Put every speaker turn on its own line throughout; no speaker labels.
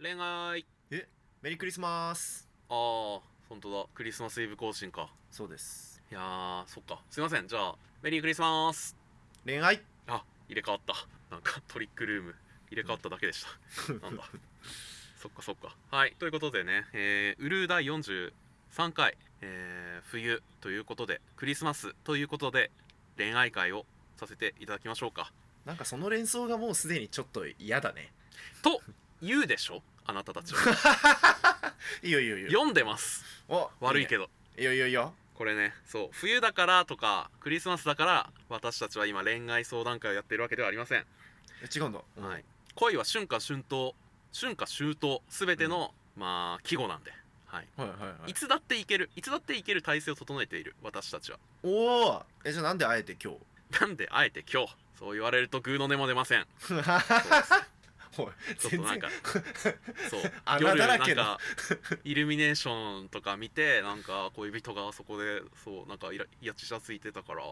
恋愛
えメリークリスマス
ああ本当だクリスマスイブ更新か
そうです
いやーそっかすいませんじゃあメリークリスマス
恋愛
あ入れ替わったなんかトリックルーム入れ替わっただけでしたなんだそっかそっかはいということでね、えー、ウルー第43回、えー冬ということでクリスマスということで恋愛会をさせていただきましょうか
なんかその連想がもうすでにちょっと嫌だね
と言うでしょあなたたちは
いいよいいよいいよ
読んでます
お
悪いけ
ど
ど
いいよいいよいいよ
これねそう冬だからとかクリスマスだから私たちは今恋愛相談会をやっているわけではありません、
違うんだ、うん
はい、恋は春夏春冬春夏秋冬すべての、まあ季語なんで、はい、
はいはいはいい
つだっていけるいつだっていける体制を整えている私たちは
おおえじゃあなんであえて今日
なんであえて今日そう言われるとグーの音も出ません
おい
ちょっと
全
なん
然
か そう
穴だらけ
夜な
だ
んかイルミネーションとか見てなんか恋人がそこでそうなんかイライヤチシャついてたから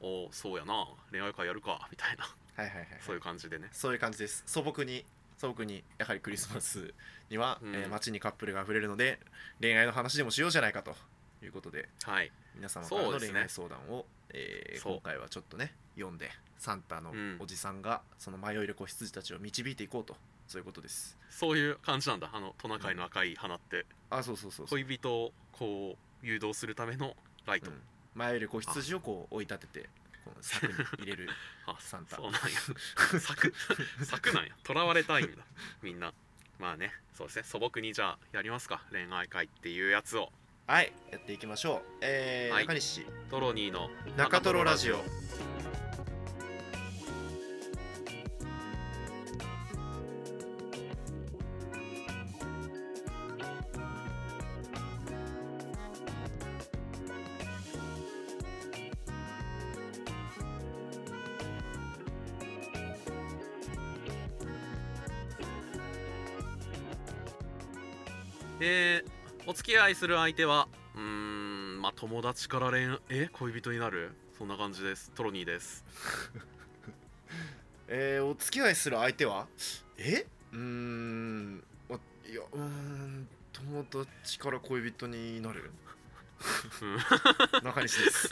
おそうやな恋愛会やるかみたいな
はいはいはいはい
そういう感じでね
そういう感じです素朴に素朴にやはりクリスマスには、
うん
えー街にカップルが溢れるので恋愛の話でもしようじゃないかということで
はい、
皆様からの
そうです
恋
ね
愛相談を、えー
そう
今回はちょっとね読んでサンタの
うん
おじさんがその迷いる子羊たちを導いていこうとそういうことです
そういう感じなんだあのトナカイの赤い花って
あそうそうそうそう、
恋人をこう誘導するためのライ
う
ト、
ん迷いる子羊をこう追い立ててこの柵に入れる
あ
サンタ
そうなんや柵柵なんやとらわれたいんだみんなまあねそうですね素朴にじゃあやりますか恋愛会っていうやつを
はいやっていきましょう、えー
はい
中西市
トロニーの
中トロラジオ
えーお付き合いする相手はうーんまあ友達から恋え恋人になるそんな感じですトロニーです
えーお付き合いする相手はえうーんおいやうーん友達から恋人になる
うん
中西です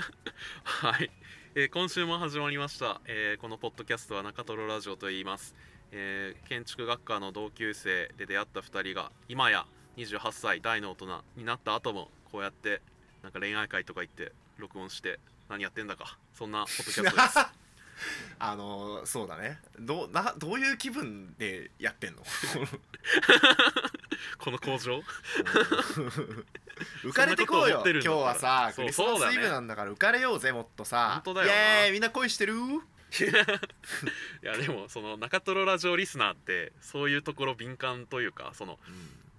はい、えー今週も始まりました、えーこのポッドキャストは中トロラジオと言います、えー建築学科の同級生で出会った2人が今や28歳大の大人になった後もこうやってなんか恋愛会とか行って録音して何やってんだかそんなポッドキ ャストです
あのーそうだねどうなどういう気分でやってんの
この工場
浮かれてこう
そんなこと思っ
よ
てる
今
ん
日
だから
はさ
そ
ク
う
リスマ
そうだ
ス
ね
イブなんだから浮かれようぜもっとさ
本当だよな
イエーイみんな恋してる
いやでもその中トロラジオリスナーってそういうところ敏感というかその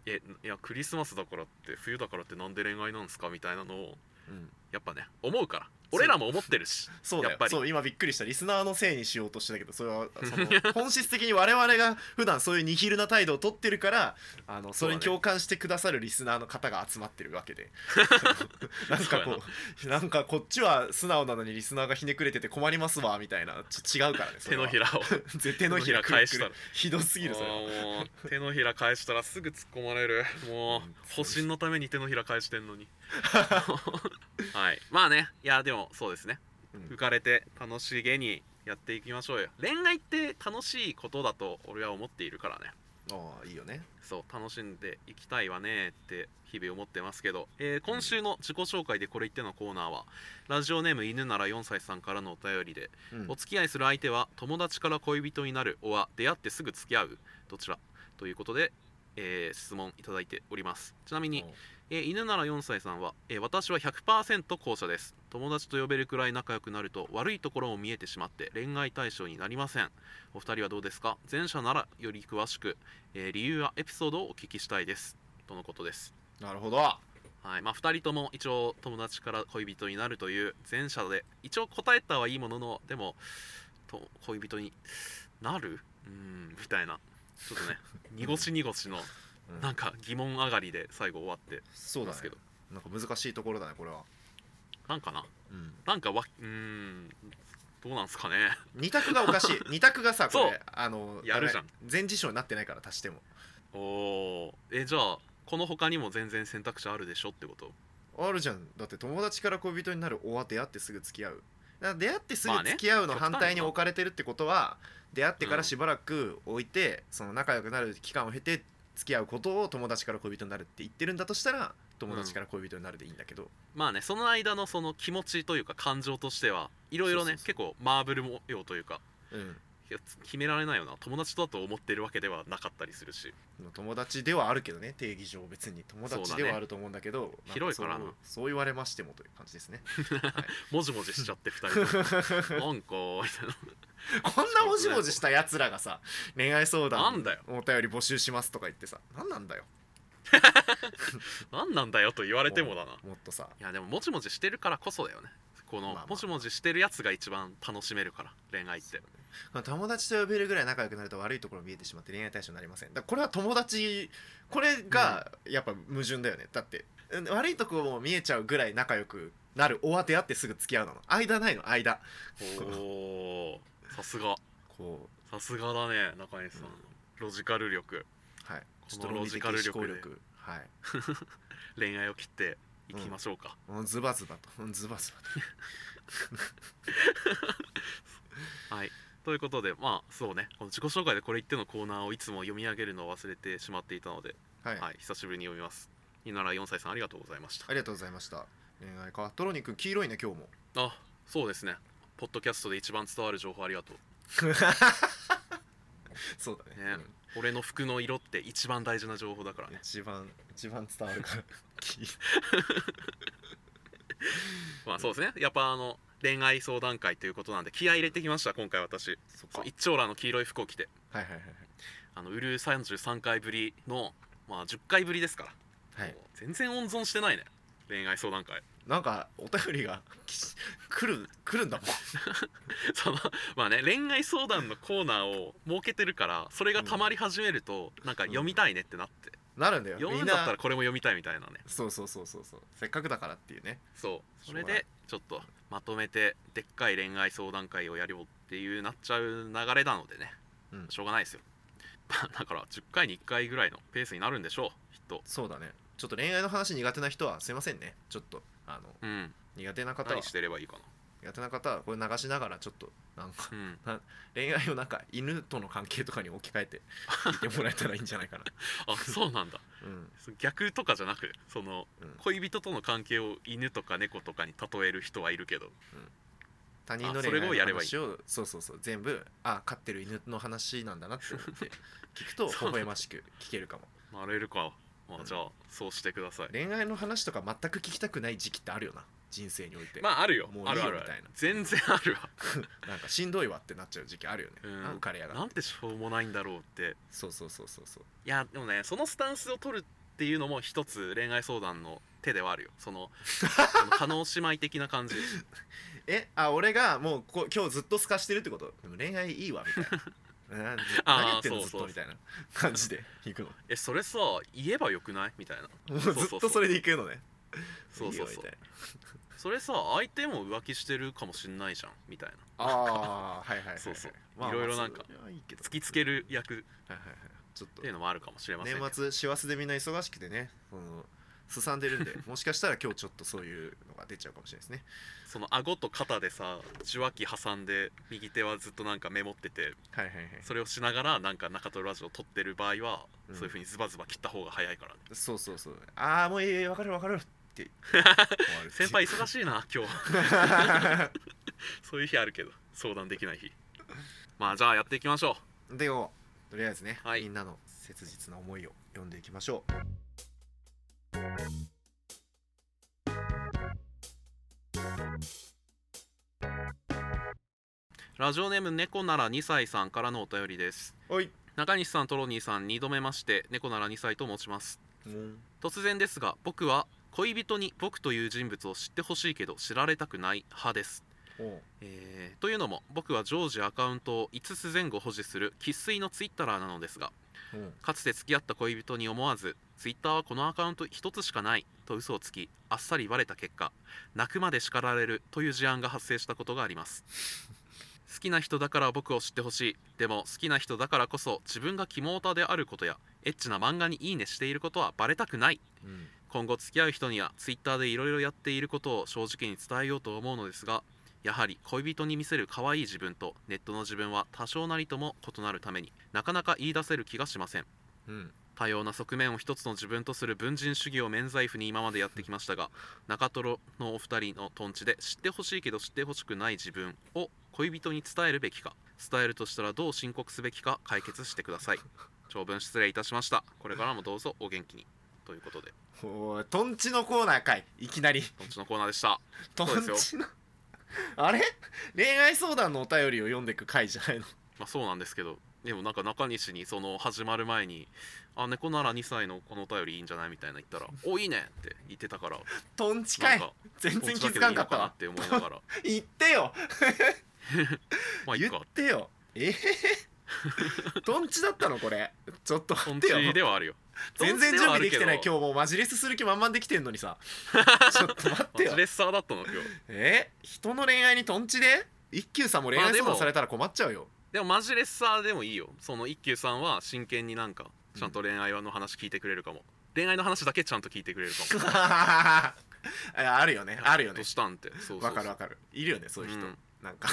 えいやクリスマスだからって冬だからってなんで恋愛なんですかみたいなのを
うん
やっぱね思うから俺らも思ってるし
そうだ
や
よ
っぱり
そう今びっくりしたリスナーのせいにしようとしたけどそれはその本質的に我々が普段そういうニヒルな態度をとってるからあのそ
そう
れに
だね
共感してくださるリスナーの方が集まってるわ けでなんかこうなんかこっちは素直なのにリスナーがひねくれてて困りますわみたいなち違うからね そ
手
れ
の
は
ひらを
絶対のひ
手のひら
ら
返
返
し
したた
ら
らひどすぎるそれは
あーもう手のひら返したらすぐ突っ込まれるもう
うん
保身のために手のひら返してんのにはいまあねいやでもそうですね
う
浮
ん
かれて楽しげにやっていきましょうよ恋愛って楽しいことだと俺は思っているからね
ああいいよね
そう楽しんでいきたいわねって日々思ってますけど、えー今週の自己紹介でこれ言ってのコーナーはラジオネーム犬なら4歳さんからのお便りで
うん
お付き合いする相手は友達から恋人になるおは出会ってすぐ付き合うどちらということで、えー質問いただいておりますちなみに、えー犬なら4歳さんは、えー私は100%後者です友達と呼べるくらい仲良くなると悪いところも見えてしまって恋愛対象になりませんお二人はどうですか前者ならより詳しく、えー理由やエピソードをお聞きしたいですとのことです
なるほど
はいまあ、2人とも一応友達から恋人になるという前者で一応答えたはいいもののでもと恋人になるうーんみたいなちょっとね 濁し濁しの
うん
なんか疑問上がりで最後終わって
そうだ
ま
ね
すけど、
なんか難しいところだねこれは
なんかな
うん
なんかわうーんどうなんすかね
二択がおかしい二択がさこ
そう
れあの
やるじゃん
ダメ前事象になってないから足しても
おおーえじゃあこの他にも全然選択肢あるでしょってこと
あるじゃんだって友達から恋人になるおは出会ってすぐ付き合うだから出会ってすぐ
まあね
付き合うの反
極
対に
端な
置かれてるってことは出会ってからしばらく置いてその仲良くなる期間を経て付き合うことを友達から恋人になるって言ってるんだとしたら友達から恋人になるでいいんだけど、
まあねその間のその気持ちというか感情としてはいろいろね
そうそう
結構マーブル模様というか
うん
いや決められないよな友達とだと思ってるわけではなかったりするし
友達ではあるけどね定義上別に友達で
そうだ
は
ね
あると思うんだけどん
広いからな
そうそう言われましてもという感じ ですね
もじもじしちゃって2
こん
人と なんかみたいな
なもじも じしたやつらがさ恋愛相談
なんだよ
お便り募集しますとか言ってさ何なんだよ
何なんだよと言われてもだな
もっとさ
いやでももじもじしてるからこそだよねこ
ま
の
あまあ
もじもじしてるやつが一番楽しめるから恋愛 って
友達と呼べるぐらい仲良くなると悪いところ見えてしまって恋愛対象になりませんだからこれは友達これがやっぱ矛盾だよね、だってうん悪いところも見えちゃうぐらい仲良くなるお当てあってすぐ付き合うなの間ないの間
おおさすが
こう
さすがだね中西さん、
うん
ロジカル力
はい
このロジカル力で
ちょっと論理的思考力はい
恋愛を切っていきましょうか、
うんズバズバとうんズバズバと
はいということでまあそうねこの自己紹介でこれ言ってのコーナーをいつも読み上げるのを忘れてしまっていたので、
はい、
はい、久しぶりに読みます稲原4歳さんありがとうございました
ありがとうございました恋愛かトロニー君黄色いね今日も
あそうですねポッドキャストで一番伝わる情報ありがとう
そうだね
ね俺の服の色って一番大事な情報だから
うん
ね
一番一番伝わる から黄色
まあそうですねやっぱあの恋愛相談会ということなんで気合い入れてきました今回私
そっ
そう
はい
一丁羅の黄色い服を着て
はいはい
あのウルー33回ぶりのまあ10回ぶりですから
はいはい
もう全然温存してないね恋愛相談会
なんかお便りがきし 来る来るんだもん
そのまあね恋愛相談のコーナーを設けてるからそれがたまり始めると、なんか読みたいねってなって、
なるんだよ
読
み
む
ん
んだ
な
ったらこれも読みたいみたいなね
そうそうそうそうそうせっかくだからっていうね
そうそれ
しょうがな
でちょっとまとめてでっかい恋愛相談会をやろうっていうなっちゃう流れなのでね、
うん
しょうがないですよ だから10回に1回ぐらいのペースになるんでしょうきっと
そうだねちょっと恋愛の話苦手な人はすいませんねちょっとあの
うん
苦手な方は
何してればいいか
苦手な方はこれ流しながらちょっとなんか
なうん
恋愛をなんか犬との関係とかに置き換え て聞いてもらえたらいいんじゃないかな
あそうなんだ
うん
逆とかじゃなくその、
うん
恋人との関係を犬とか猫とかに例える人はいるけど
他人の
あそれ
恋
を
愛
や
の
ればいい
話をそうそうそう全部あ飼ってる犬の話なんだなって思って聞くと微笑ましく聞けるかも
なれるか、ま
う
あ、
ん
じゃあそうしてください、
恋愛の話とか全く聞きたくない時期ってあるよな人生において、
まああるよ
もういいよ
あるあるあ
みたい
る
な
全然あるわ
なんかしんどいわってなっちゃう時期あるよね、
うん
なんか浮かれやがっ
な
て
んてしょうもないんだろうって
そうそうそうそうそう
いやでもねそのスタンスを取るっていうのも一つ恋愛相談の手ではあるよそ のあの叶姉妹的な感じ
えあ俺がもうこ今日ずっと透かしてるってことでも恋愛いいわみたい ななんで
あー
何言ってんの
そう
ずっ
そう
とみたいな感じで行くの
えそれさ言えばよくないみたいな
もう
そうそう
ずっとそれで行くのね
そうそう
いいよ
そう
みたいな
それさ相手も浮気してるかもしんないじゃんみたいな
ああはいはいはい、はい、
そうそう
まあ
いろいろなんか
まあそれはいいけど
突きつける役
はいはいはいちょっ
っ
と
ていうのもあるかもしれませんけど
年末師走でみんな忙しくてねそのすさんでるんでもしかしたら今日ちょっとそういうのが出ちゃうかもしれないですね
その顎と肩でさ受話器挟んで右手はずっとなんかメモってて
はいはいはい
それをしながらなんか中トロラジオ撮ってる場合は、
うん
そういう風にズバズバ切った方が早いからね
そうそうそうああもういいわかるわかるって終わるってい
先
う
輩忙しいな今日そういう日あるけど相談できない日まあじゃあやっていきましょ
でもとりあえずね、
はい
みんなの切実な思いを読んでいきましょう
うラジオネーム猫なら2歳さんからのお便りです
おい
中西さんトロニーさん2度目まして猫なら2歳と申します
うん
突然ですが僕は恋人に僕という人物を知ってほしいけど知られたくない派です
おう
えーというのも僕は常時アカウントを5つ前後保持する生粋のツイッターなのですが
うん
かつて付き合った恋人に思わずツイッターはこのアカウント1つしかないと嘘をつきあっさりバレた結果泣くまで叱られるという事案が発生したことがあります好きな人だから僕を知ってほしいでも好きな人だからこそ自分が肝オタであることやエッチな漫画にいいねしていることはバレたくない
うん
今後付き合う人には Twitter でいろいろやっていることを正直に伝えようと思うのですがやはり恋人に見せる可愛い自分とネットの自分は多少なりとも異なるためになかなか言い出せる気がしません
うん
多様な側面を一つの自分とする文人主義を免罪符に今までやってきましたが中トロのお二人のトンチで知ってほしいけど知ってほしくない自分を恋人に伝えるべきか伝えるとしたらどう申告すべきか解決してください長文失礼いたしましたこれからもどうぞお元気にということで
おいトンチのコーナーかいいきなり
トンチのコーナーでした
トン
そうですよ
チのあれ恋愛相談のお便りを読んでく回じゃないの
まあそうなんですけどでもなんか中西にその始まる前に「あ猫なら2歳のこのお便りいいんじゃない?」みたいな言ったら「おいいね!」って言ってたから
トンチか
ないんか
全
トン
然
チ
気
だけで
づか
いい
んか
のか
った
な
わ
って思いな がら
言ってよ
まあいい
言っ
か
てよ えートンチだったのこれちょっ
ト
と待っ
ン
てよ
チではあるよ
全然準備できてない今
日
日もうマジレスする気満々できてんのにさ ちょっと待ってよ
マジレッサーだったの今日
え人の恋愛にトンチで一休さんも恋愛相談されたら困っち ゃうよ、
でもマジレッサーでもいいよその一休さんは真剣になんかちゃんと恋愛の話聞いてくれるかも、恋愛の話だけちゃんと聞いてくれるかも
ああるよね あるよ
ど
ね
うしたんってそうそうそう
わかるわかるいるよねそういう人、
うん
な んか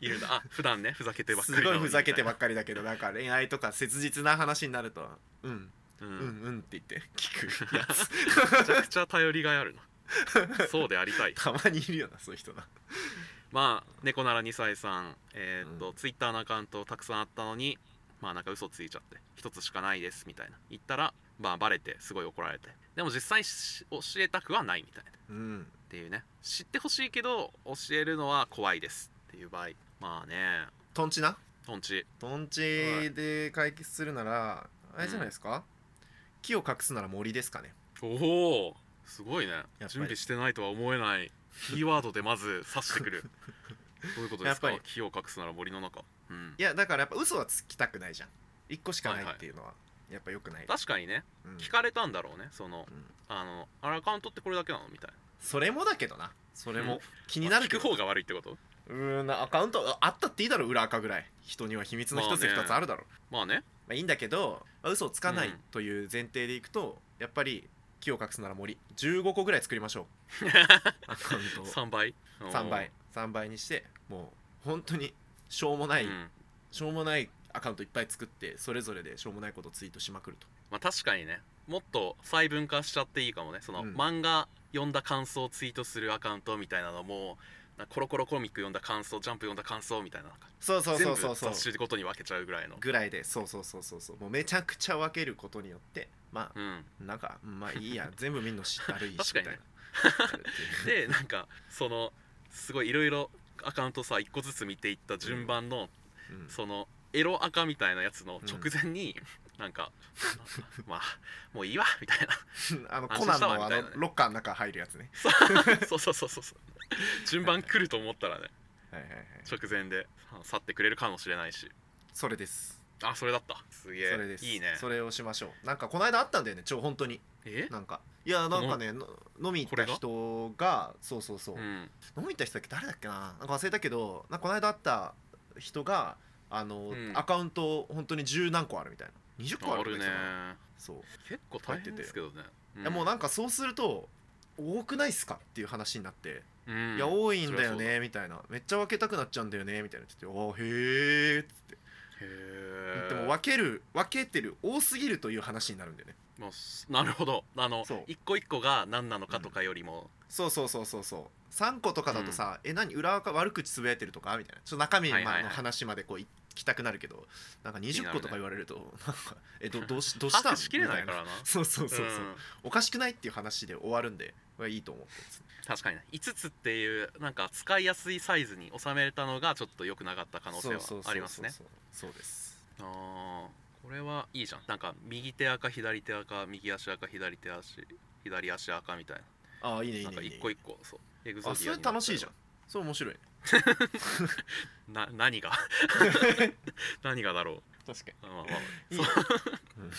いるんだあ普段ねふざけてばっかりな
すご
の
い
に
ふざけてばっかりだけどなんか恋愛とか切実な話になるとうん
うん
うんうんって言って聞くやつ
めちゃくちゃ頼りがいあるなそうでありたい
たまにいるよなそういう人な
まあ猫なら2歳さんえーっと、
う
ツイッターのアカウントたくさんあったのにまあなんか嘘ついちゃって一つしかないですみたいな言ったらまあバレてすごい怒られてでも実際し教えたくはないみたいな
うん
っていうね知ってほしいけど教えるのは怖いですっていう場合まあね
トンチな
とんち
トンチで解決するならあれじゃないですか、木を隠すなら森ですかね
おおすごいね
り
準備してないとは思えないキーワードでまず刺してく るどういうことですか
やっぱ
木を隠すなら森の中、うん
い、やだからやっぱ嘘はつきたくないじゃん一個しかないっていうのはやっぱ良くない、
確かにね
うん
聞かれたんだろうねその
うん
あのあれアカウントってこれだけなのみたいな
それもだけどなそれ
うん
も気になる
あ聞
け
く
ど
方が悪いってこと
うーんアカウントあったっていいだろ裏垢ぐらい人には秘密の一つ
ま
や
あね
二つあるだろ、
まあね
まあ、いいんだけど、まあ、嘘をつかな
う
い
ん
という前提でいくと、やっぱり木を隠すなら森15個ぐらい作りましょ うアカウントを
3倍
3倍3倍にしてもう本当にしょうもない、
うん
しょうもないアカウントいっぱい作ってそれぞれでしょうもないことをツイートしまくると
まあ確かにねもっと細分化しちゃっていいかもねその、
うん
漫画読んだ感想をツイートするアカウントみたいなのもなんかコロコロコミック読んだ感想ジャンプ読んだ感想みたいななんか
そうそうそう
全
そ
部
うそう
雑誌ごとに分けちゃうぐらいの
ぐらいでそうそうそうそうそうもうめちゃくちゃ分けることによってま
うん
あなんかまあいい や全部見んの知ったるいしみ
確
た
か
い
に
な
ね。でなんかそのすごいいろいろアカウントさ一個ずつ見ていった順番の、
うん
そのエロアカみたいなやつの直前に、なんかまあもういいわみたいな
あの
安
コ
心
ナ
し
ン
た
の
わ
あ
みたい
の
なね
ロッカーの中入るやつね。
そうそうそうそうそう順番来ると思ったらね
はいはいはい。
直前であの去ってくれるかもしれないし
それです。
あそれだったすげえ
それです。
いいね
それをしましょう。なんかこの間あったんだよね。ちょ本当に
え
なんかいやなんかねの飲み行った人がそうそうそうう、
ん
飲み行った人だっけ誰だっけななんか忘れたけどなんかこの間あった人があの、
うん
アカウント本当に十何個あるみたいな20個あ
あ
る
る
み
ね
たいなそう
結構大変ですけどね
いやもうなんかそうすると多くないっすかっていう話になって、
うん
いや多いん
そ
だ
りゃ
よ
そう
ねみたいなめっちゃ分けたくなっちゃうんだよねみたいな言って「おーへえ」っつって、
へえ
でも分ける分けてる多すぎるという話になるんだよね
もうすなるほどあの
そう
一個一個が何なのかとかよりも、
そうそうそうそうそう3個とかだとさ「え何裏垢悪口つぶやいてるとか?」みたいなちょっと中身
はいはいはい
の話までこう行きたくなるけど、なんか20個とか言われるとなんか「えど どうしどうした
把
ん?」
握しきれないか
みた
らな
なそうそうそうそう、
うん
おかしくないっていう話で終わるんでこれいいと思って
確かにね5つっていうなんか使いやすいサイズに収めれたのがちょっと良くなかった可能性は
そうそうそうそう
ありますね
そうです
あーこれはいいじゃんなんか右手赤左手赤右足赤左手足左足赤みたいな
ああいいねいい
なん
ね
か
いいね
一個一個そうエグゾ
あ
デ
そ
ィア
れ
になっ
楽しいじ
ち
ゃ
うん
それ面白いね
な何が 何がだろう
確か
まあまあまあ
にいいね、うん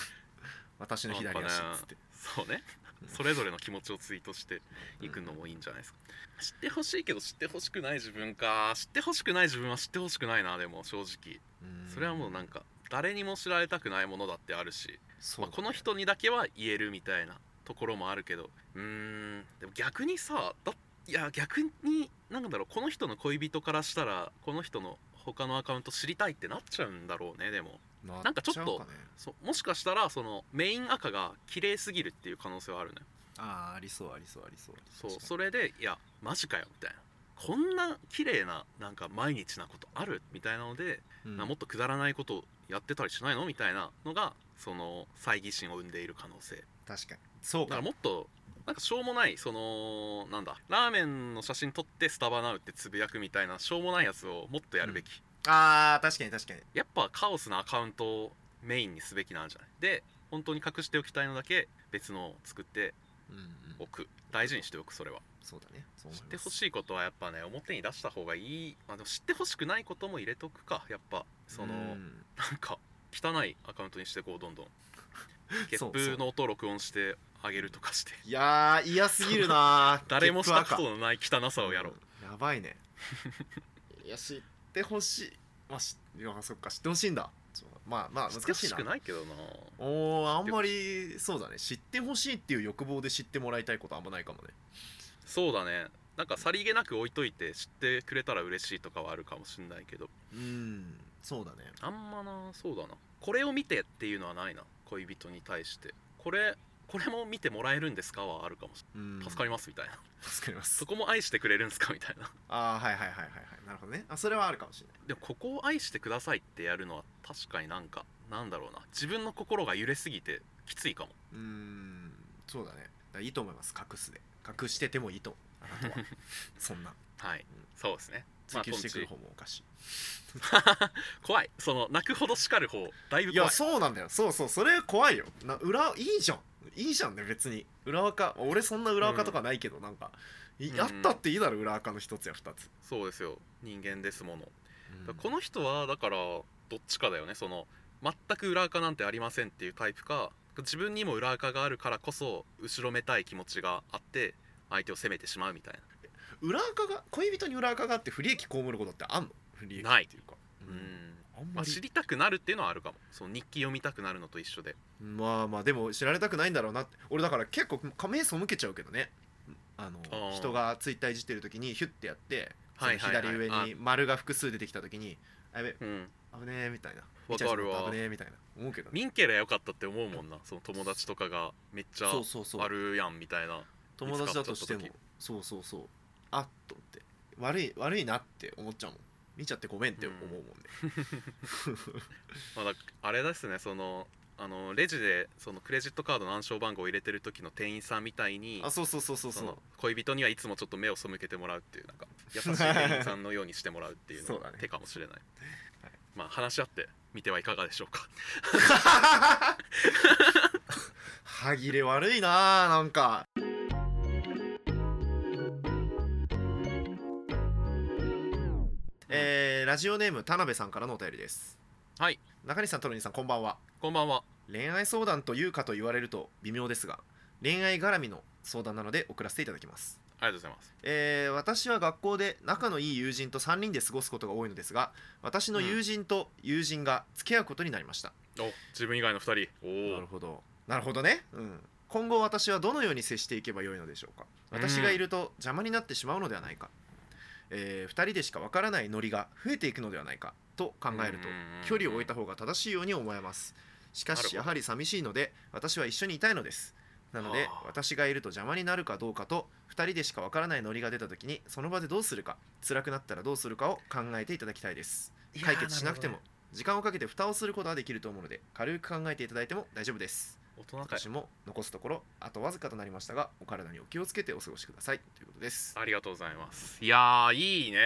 私の左足っつって
そうね
うん
それぞれの気持ちをツイートしていくのもいいんじゃないですか、知ってほしいけど知ってほしくない自分か知ってほしくない自分は知ってほしくないなでも正直
うん
それはもうなんか誰にも知られたくないものだってあるし、
そう
まあ、この人にだけは言えるみたいなところもあるけどうーんでも逆にさだいや逆になんだろうこの人の恋人からしたらこの人の他のアカウント知りたいってなっちゃうんだろうねでも
な
なんかちょっと
ゃうかね
そうもしかしたらそのメイン赤が綺麗すぎるっていう可能性はあるね
ああありそうありそうありそう
そう
確かに
それでいやマジかよみたいなこんな綺麗ななんか毎日なことあるみたいなので、
うん
なもっとくだらないことをやってたりしないのみたいなのがその猜疑心を生んでいる可能性
確かにそう
だか
から
もっとなんかしょうもないそのなんだラーメンの写真撮ってスタバナウってつぶやくみたいなしょうもないやつをもっとやるべき、
あー確かに確かに
やっぱカオスなアカウントをメインにすべきなんじゃないで本当に隠しておきたいのだけ別のを作って
うん、
おく大事にしておくそれは
そうだねそう
知
思
っ
い
て
ます
ほしいことはやっぱね表に出した方がいい、まあ、でも知ってほしくないことも入れとくかやっぱその、
うん
なんか汚いアカウントにしてこうどんどんゲ
そ
ッ
うそう
プの音を録音してあげるとかして
いやー嫌すぎるなー
誰もしたこ
ゲップ
と
赤
のない汚さをやろう、
んや ばいねいや知ってほしいまあしいやそっか知ってほしいんだそうまあまあ
知って
難
ほ
しい
し
な
くないけどな
おーあんまりそうだね知ってほしいっていう欲望で知ってもらいたいことあんまないかもね
そうだねなんかさりげなく置いといて知ってくれたら嬉しいとかはあるかもしんないけど
うんそうだね
あんまなそうだなこれを見てっていうのはないな恋人に対してこれこれも見てもらえるんですかはあるかもし
うん
れない助かり
ま
ますみたいな、
す助かります
そこも愛してくれるんですかみたいな
ああはいはいはいはいはいなるほどねあそれはあるかもしれない
でもここを愛してくださいってやるのは確かになんかなんだろうな自分の心が揺れすぎてきついかも
うーんそうだねだからいいと思います隠すで隠しててもいいと思うあな たはそんな
はい、そうですね
追求してくる
ま
方もおかしい、
あとんち 怖いその泣くほど叱る方だいぶ
いや
怖い
そうなんだよそうそうそれ怖いよな裏いいじゃんいいじゃんね別に裏垢俺そんな裏垢とかないけど、なんかい
うん
やったっていいだろ裏垢の一つや二つ、
そうですよ人間ですものだからこ
この
の人はだからどっちかだよねその全く裏垢なんてありませんっていうタイプか自分にも裏垢があるからこそ後ろめたい気持ちがあって相手を責めてしまうみたいな
裏垢が恋人に裏垢があって不利益被ることってあんの不利益
ない
っていうか
うん、
あん
ま
ま
あ、
り
知りたくなるっていうのはあるかもその日記読みたくなるのと一緒で
まあまあでも知られたくないんだろうなって俺だから結構目背けちゃうけどねあの
あー
人がツイッターいじってる時にヒュッてやってそ
は
の
いはいはい
左上に丸が複数出てきた時に「あやべ
うん
危ねえ」みたいな「
わかるわ
見ちゃいそうだった危ねえ」みたいな思うけどね
ミンケりゃよかったって思うもんなその友達とかがめっちゃ
そうそうそう
あるやんみたいな
友達だとしても
見つか
そうそうそうあっと思って悪い悪いなって思っちゃうもん見ちゃってごめんって思うもんね、
まあだあれですねそのあのレジでそのクレジットカードの暗証番号を入れてる時の店員さんみたいに
あそうそうそうそう
そ
そう
の恋人にはいつもちょっと目を背けてもらうっていうなんか優しい店員さんのようにしてもらうっていう
そ
の
うだね
手かもしれない、まあ話し合ってみてはいかがでしょうか
歯切れ悪いなあなんかえーラジオネーム田辺さんからのお便りです
はい
中西さんとろにさんこんばんは
こんばんは
恋愛相談というかと言われると微妙ですが恋愛絡みの相談なので送らせていただきます
ありがとうございます
えー私は学校で仲のいい友人と3人で過ごすことが多いのですが私の友人と友人が付き合うことになりました、
お自分以外の2人おお
ほどなるほどね、うん、今後私はどのように接していけばよいのでしょうか
うん
私がいると邪魔になってしまうのではないか、え2人でしかわからないノリが増えていくのではないかと考えると距離を置いた方が正しいように思えますしか
なるほ
し
ど
やはり寂しいので私は一緒にいたいのですなので
あー
私がいると邪魔になるかどうかと2人でしかわからないノリが出た時にその場でどうするか辛くなったらどうするかを考えていただきたいです
いやー
解決しなくても
なる
時間をかけて蓋をすることはできると思うので軽く考えていただいても大丈夫です
大人かい
私も残すところあとわずかとなりましたがお体にお気をつけてお過ごしくださいということです
ありがとうございますいやーいいね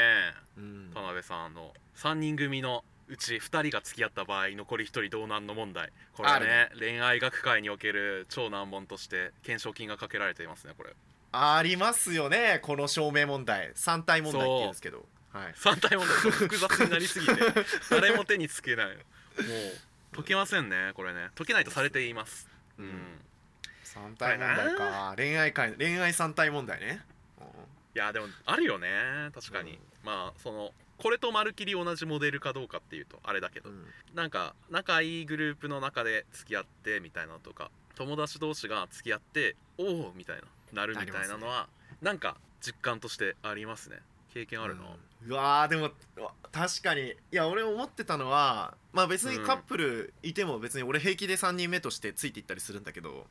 うん
田辺さんの3人組のうち2人が付き合った場合残り1人どうなんの問題これはね恋愛学会における超難問として懸賞金がかけられていますねこれ
ありますよねこの証明問題3体問題って言うんですけどはい
3体問題複雑になりす ぎて誰も手につけないもう解けませんねこれね解けないとされていますう
うんん三体問題
これ
か恋愛界恋愛三体問題ね
いやでもあるよね確かに、
うん
まあそのこれとまるきり同じモデルかどうかっていうとあれだけど
うん
なんか仲いいグループの中で付き合ってみたいなのとか友達同士が付き合っておおみたいななるみたいなのは、なんか実感としてありますね経験あるの、
うんうわーでもうわ確かにいや俺思ってたのはまあ別に
うん
カップルいても別に俺平気で3人目としてついていったりするんだけど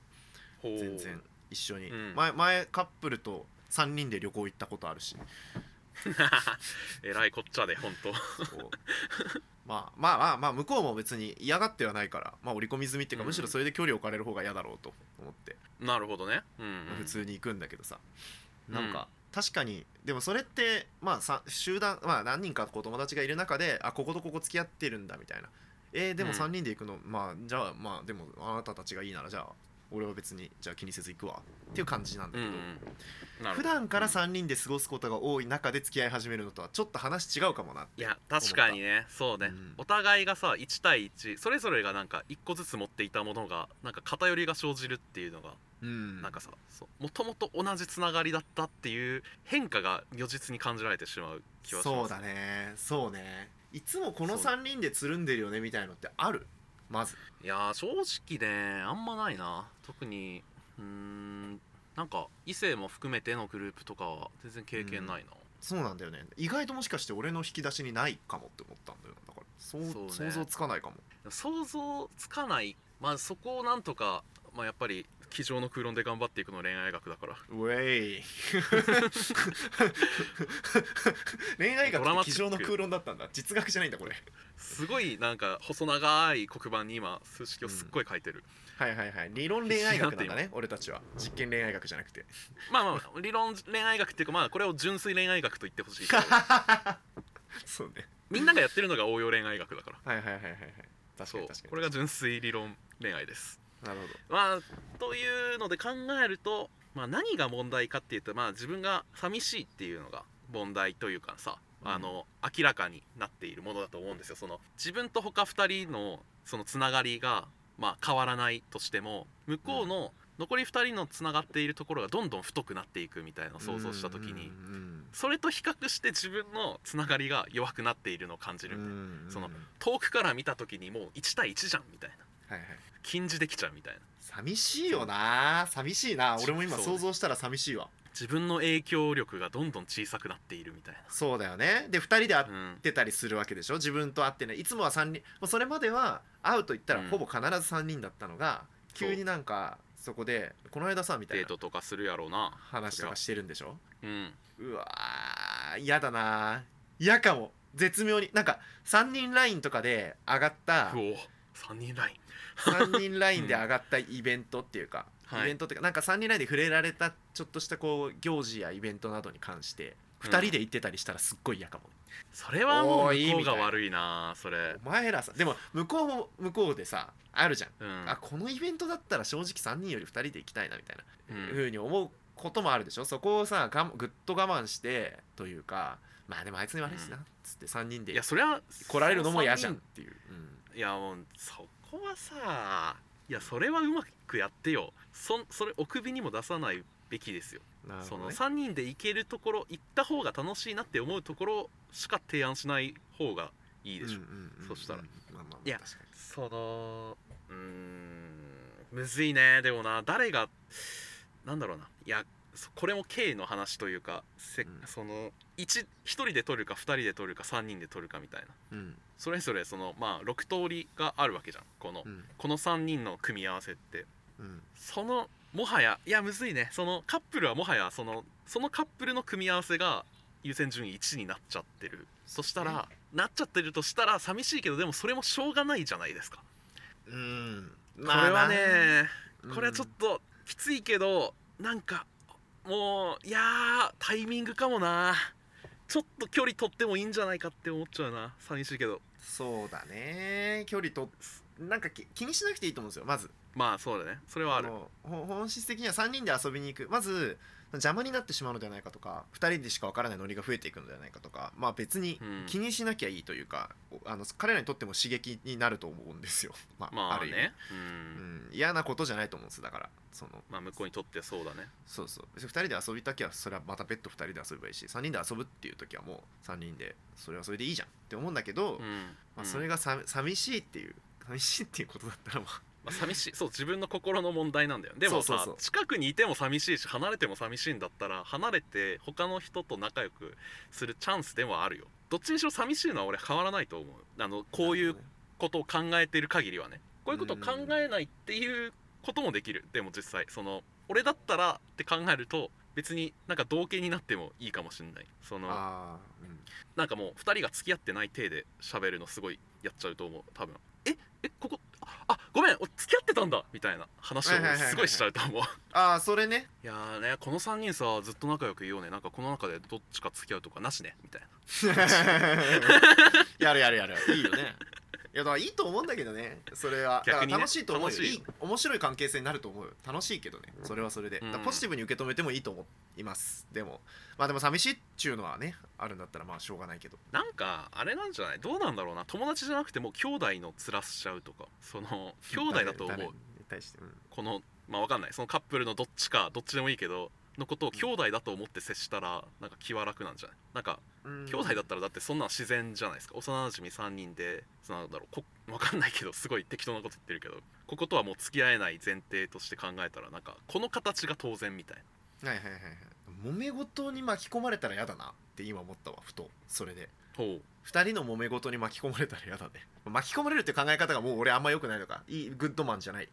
ほう
全然一緒に、
うん
前前カップルと3人で旅行行ったことあるし
えらいこっちゃで本当
そう まあまあまあまあ向こうも別に嫌がってはないからまあ織り込み済みっていうか、
うん
むしろそれで距離を置かれる方が嫌だろうと思って、
なるほどね、うんうん
普通に行くんだけどさなん
うん
か確かにでもそれってまあさ集団まあ何人かこう友達がいる中であこことここ付き合ってるんだみたいなえーでも
うん
3人で行くの、まあじゃあまあでもあなたたちがいいならじゃあ俺は別にじゃあ気にせず行くわっていう感じなんだ
うんう
けど、
んなるほ
普
ど
段から3人で過ごすことが多い中で付き合い始めるのとはちょっと話違うかもなって
いや確かにねそうね、
うん
お互いがさ1対1それぞれがなんか1個ずつ持っていたものがなんか偏りが生じるっていうのが
うん
なんかさもともと同じつながりだったっていう変化が如実に感じられてしまう気はします
そうだねそうねいつもこの
そう
3人でつるんでるよねみたいのってあるまず
いやー正直ねあんまないな特にうーんなんか異性も含めてのグループとかは全然経験ないな、
そうなんだよね意外ともしかして俺の引き出しにないかもって思ったんだよなだからそう
そうね
想像つかないかも
想像つかないまあそこをなんとかまあやっぱり机上の空論で頑張っていくの恋愛学だから
ウェイ恋愛学
ドラ
っ
マ
て
チ
机
ック
上の空論だったんだ実学じゃないんだこれ
すごいなんか細長い黒板に今数式をすっごい書いてる、
はいはいはい理論恋愛学なんだ ね俺たちは実験恋愛学じゃなくて
まあまあ理論恋愛学っていうかまあこれを純粋恋愛学と言ってほしいけど
そうね
みんながやってるのが応用恋愛学だから
はいはいはいはいはい確
そ
か
う
に確かに
これが純粋理論恋愛です
なるほど
まあというので考えると、まあ、何が問題かっていうと、まあ、自分が寂しいっていうのが問題というかさ、
うん
あの明らかになっているものだと思うんですよその自分と他2人のそのつながりが、まあ、変わらないとしても向こうの残り2人のつながっているところがどんどん太くなっていくみたいなのを想像した時に、
うん
それと比較して自分のつながりが弱くなっているのを感じ
うんう
る、
んうんうん
その
はい
遠くから見た時にもう1対1じゃんみたいな
はい
禁じできちゃうみたいな。
寂しいよな寂しいな俺も今
そう
想像したら寂しいわ
自分の影響力がどんどん小さくなっているみたい
そうだよねで2人で会っ
な、うん
っ、てたりするわけでしょ自分と会ってないいつもは3人もうそれまでは会うと言ったら
うん
ほぼ必ず3人だったのが、急になんかそこで「この間さ」みたい
デー
な
トとかするやろうな
話とかしてるんでしょ
うん
うわー嫌だなー嫌かも絶妙になんか3人ラインとかで上がった
うお3人ライ
3人 ラインで上がったイベントっていうか、
はい
イベントっていうかなんか3人ラインで触れられたちょっとしたこう行事やイベントなどに関して
うん
2人で行ってたりしたらすっごい嫌かも、
ンそれはもう
おーいい
向こ
み
う
た
が
いな
悪いなそれ
お前らさでも向こうも向こうでさあるじゃん
うん
あこのイベントだったら正直3人より2人で行きたいなみたいな、
うん
ふうに思うこともあるでしょそこをさがんぐっと我慢してというかまあでもあいつに悪いしな、
う
つって3人
い
で
やそれは
来られるのも嫌じゃんっ
そ
ていう、
の三人いやもうそこはさいやそれはうまくやってよそんそれお首にも出さないべきですよ、
うん、なる
そ
ほど
の
ね
3人で行けるところ行った方が楽しいなって思うところしか提案しない方がいいでしょ、
うんうんうん
そしたら
まあまあまあ
いや
確かに
そのうーんむずいねでもな誰がなんだろうないやそこれも経緯の話というかせ、
うん
その 1, 人で取るか2人で取るか3人で取るかみたいな
うん
それぞれそのまあ6通りがあるわけじゃんこの、
うん
この3人の組み合わせって
うん
そのもはやいやむずいねそのカップルはもはやそのそのカップルの組み合わせが優先順位1になっちゃってるそしたら、なっちゃってるとしたら寂しいけどでもそれもしょうがないじゃないですか
うん
これはね
うん
これはちょっときついけど、なんかもういやータイミングかもなちょっと距離取ってもいいんじゃないかって思っちゃうな寂しいけど
そうだね距離となんかき気にしなくていいと思うんですよまず
まあそうだねそれはある
あのほ本質的には3人で遊びに行くまず邪魔になってしまうのではないかとか2人でしか分からないノリが増えていくのではないかとかまあ別に
うん
気にしなきゃいいというか、あの彼らにとっても刺激になると思うんですよ、 まあ、
ま
あ
あ
る意味
ねう
うんん、嫌なことじゃないと思うんですだからその
まあ向こうにとってそうだね
そうそう別に2人で遊びたきゃそれはまた別途2人で遊べばいいし3人で遊ぶっていう時はもう3人でそれはそれでいいじゃんって思うんだけど、
うんう
まあ、
ん
それがさ寂しいっていう寂しいっていうことだったらまあ
まあ寂しいそう自分の心の問題なんだよでも
そう
さ
そうそう
近くにいても寂しいし離れても寂しいんだったら離れて他の人と仲良くするチャンスでもあるよどっちにしろ寂しいのは俺変わらないと思うあのこういうことを考えてる限りはねこういうことを考えないっていうこともできるでも実際その俺だったらって考えると別になんか同型になってもいいかもしんないその
あー、うん
なんかもう2人が付き合ってない体で喋るのすごいやっちゃうと思う多分ええここああごめんお付き合ってたんだみたいな話を
はいはいはいはい
すごいしちゃうと思う
あーそれね
いやーねこの3人さずっと仲良くいようねなんかこの中でどっちか付き合うとかなしねみたいな
やるやるやるいいよねいやだからいいと思うんだけどねそれは、だか
逆
ら
にね
楽しいと思うよ
楽しい
いい面白い関係性になると思うよ楽しいけどねそれはそれで、
うん
だからポジティブに受け止めてもいいと思いますでもまあでも寂しいっちゅうのはねあるんだったらまあしょうがないけど
なんかあれなんじゃないどうなんだろうな友達じゃなくてもう兄弟の面しちゃうとかその兄弟だと思
誰
う
に対して、うん
このまあわかんないそのカップルのどっちかどっちでもいいけどのことを兄弟だと思って接したらなんか気は楽なんじゃないなんか
うん
兄弟だったらだってそんなの自然じゃないですか幼なじみ3人でそのなんだろうこ分かんないけどすごい適当なこと言ってるけどこことはもう付き合えない前提として考えたらなんかこの形が当然みたい
はいはいはいはい揉め事に巻き込まれたら嫌だなって今思ったわふとそれで
なほう
2人の揉め事に巻き込まれたら嫌だね巻き込まれるって考え方がもう俺あんま良くないのかいいグッドマンじゃない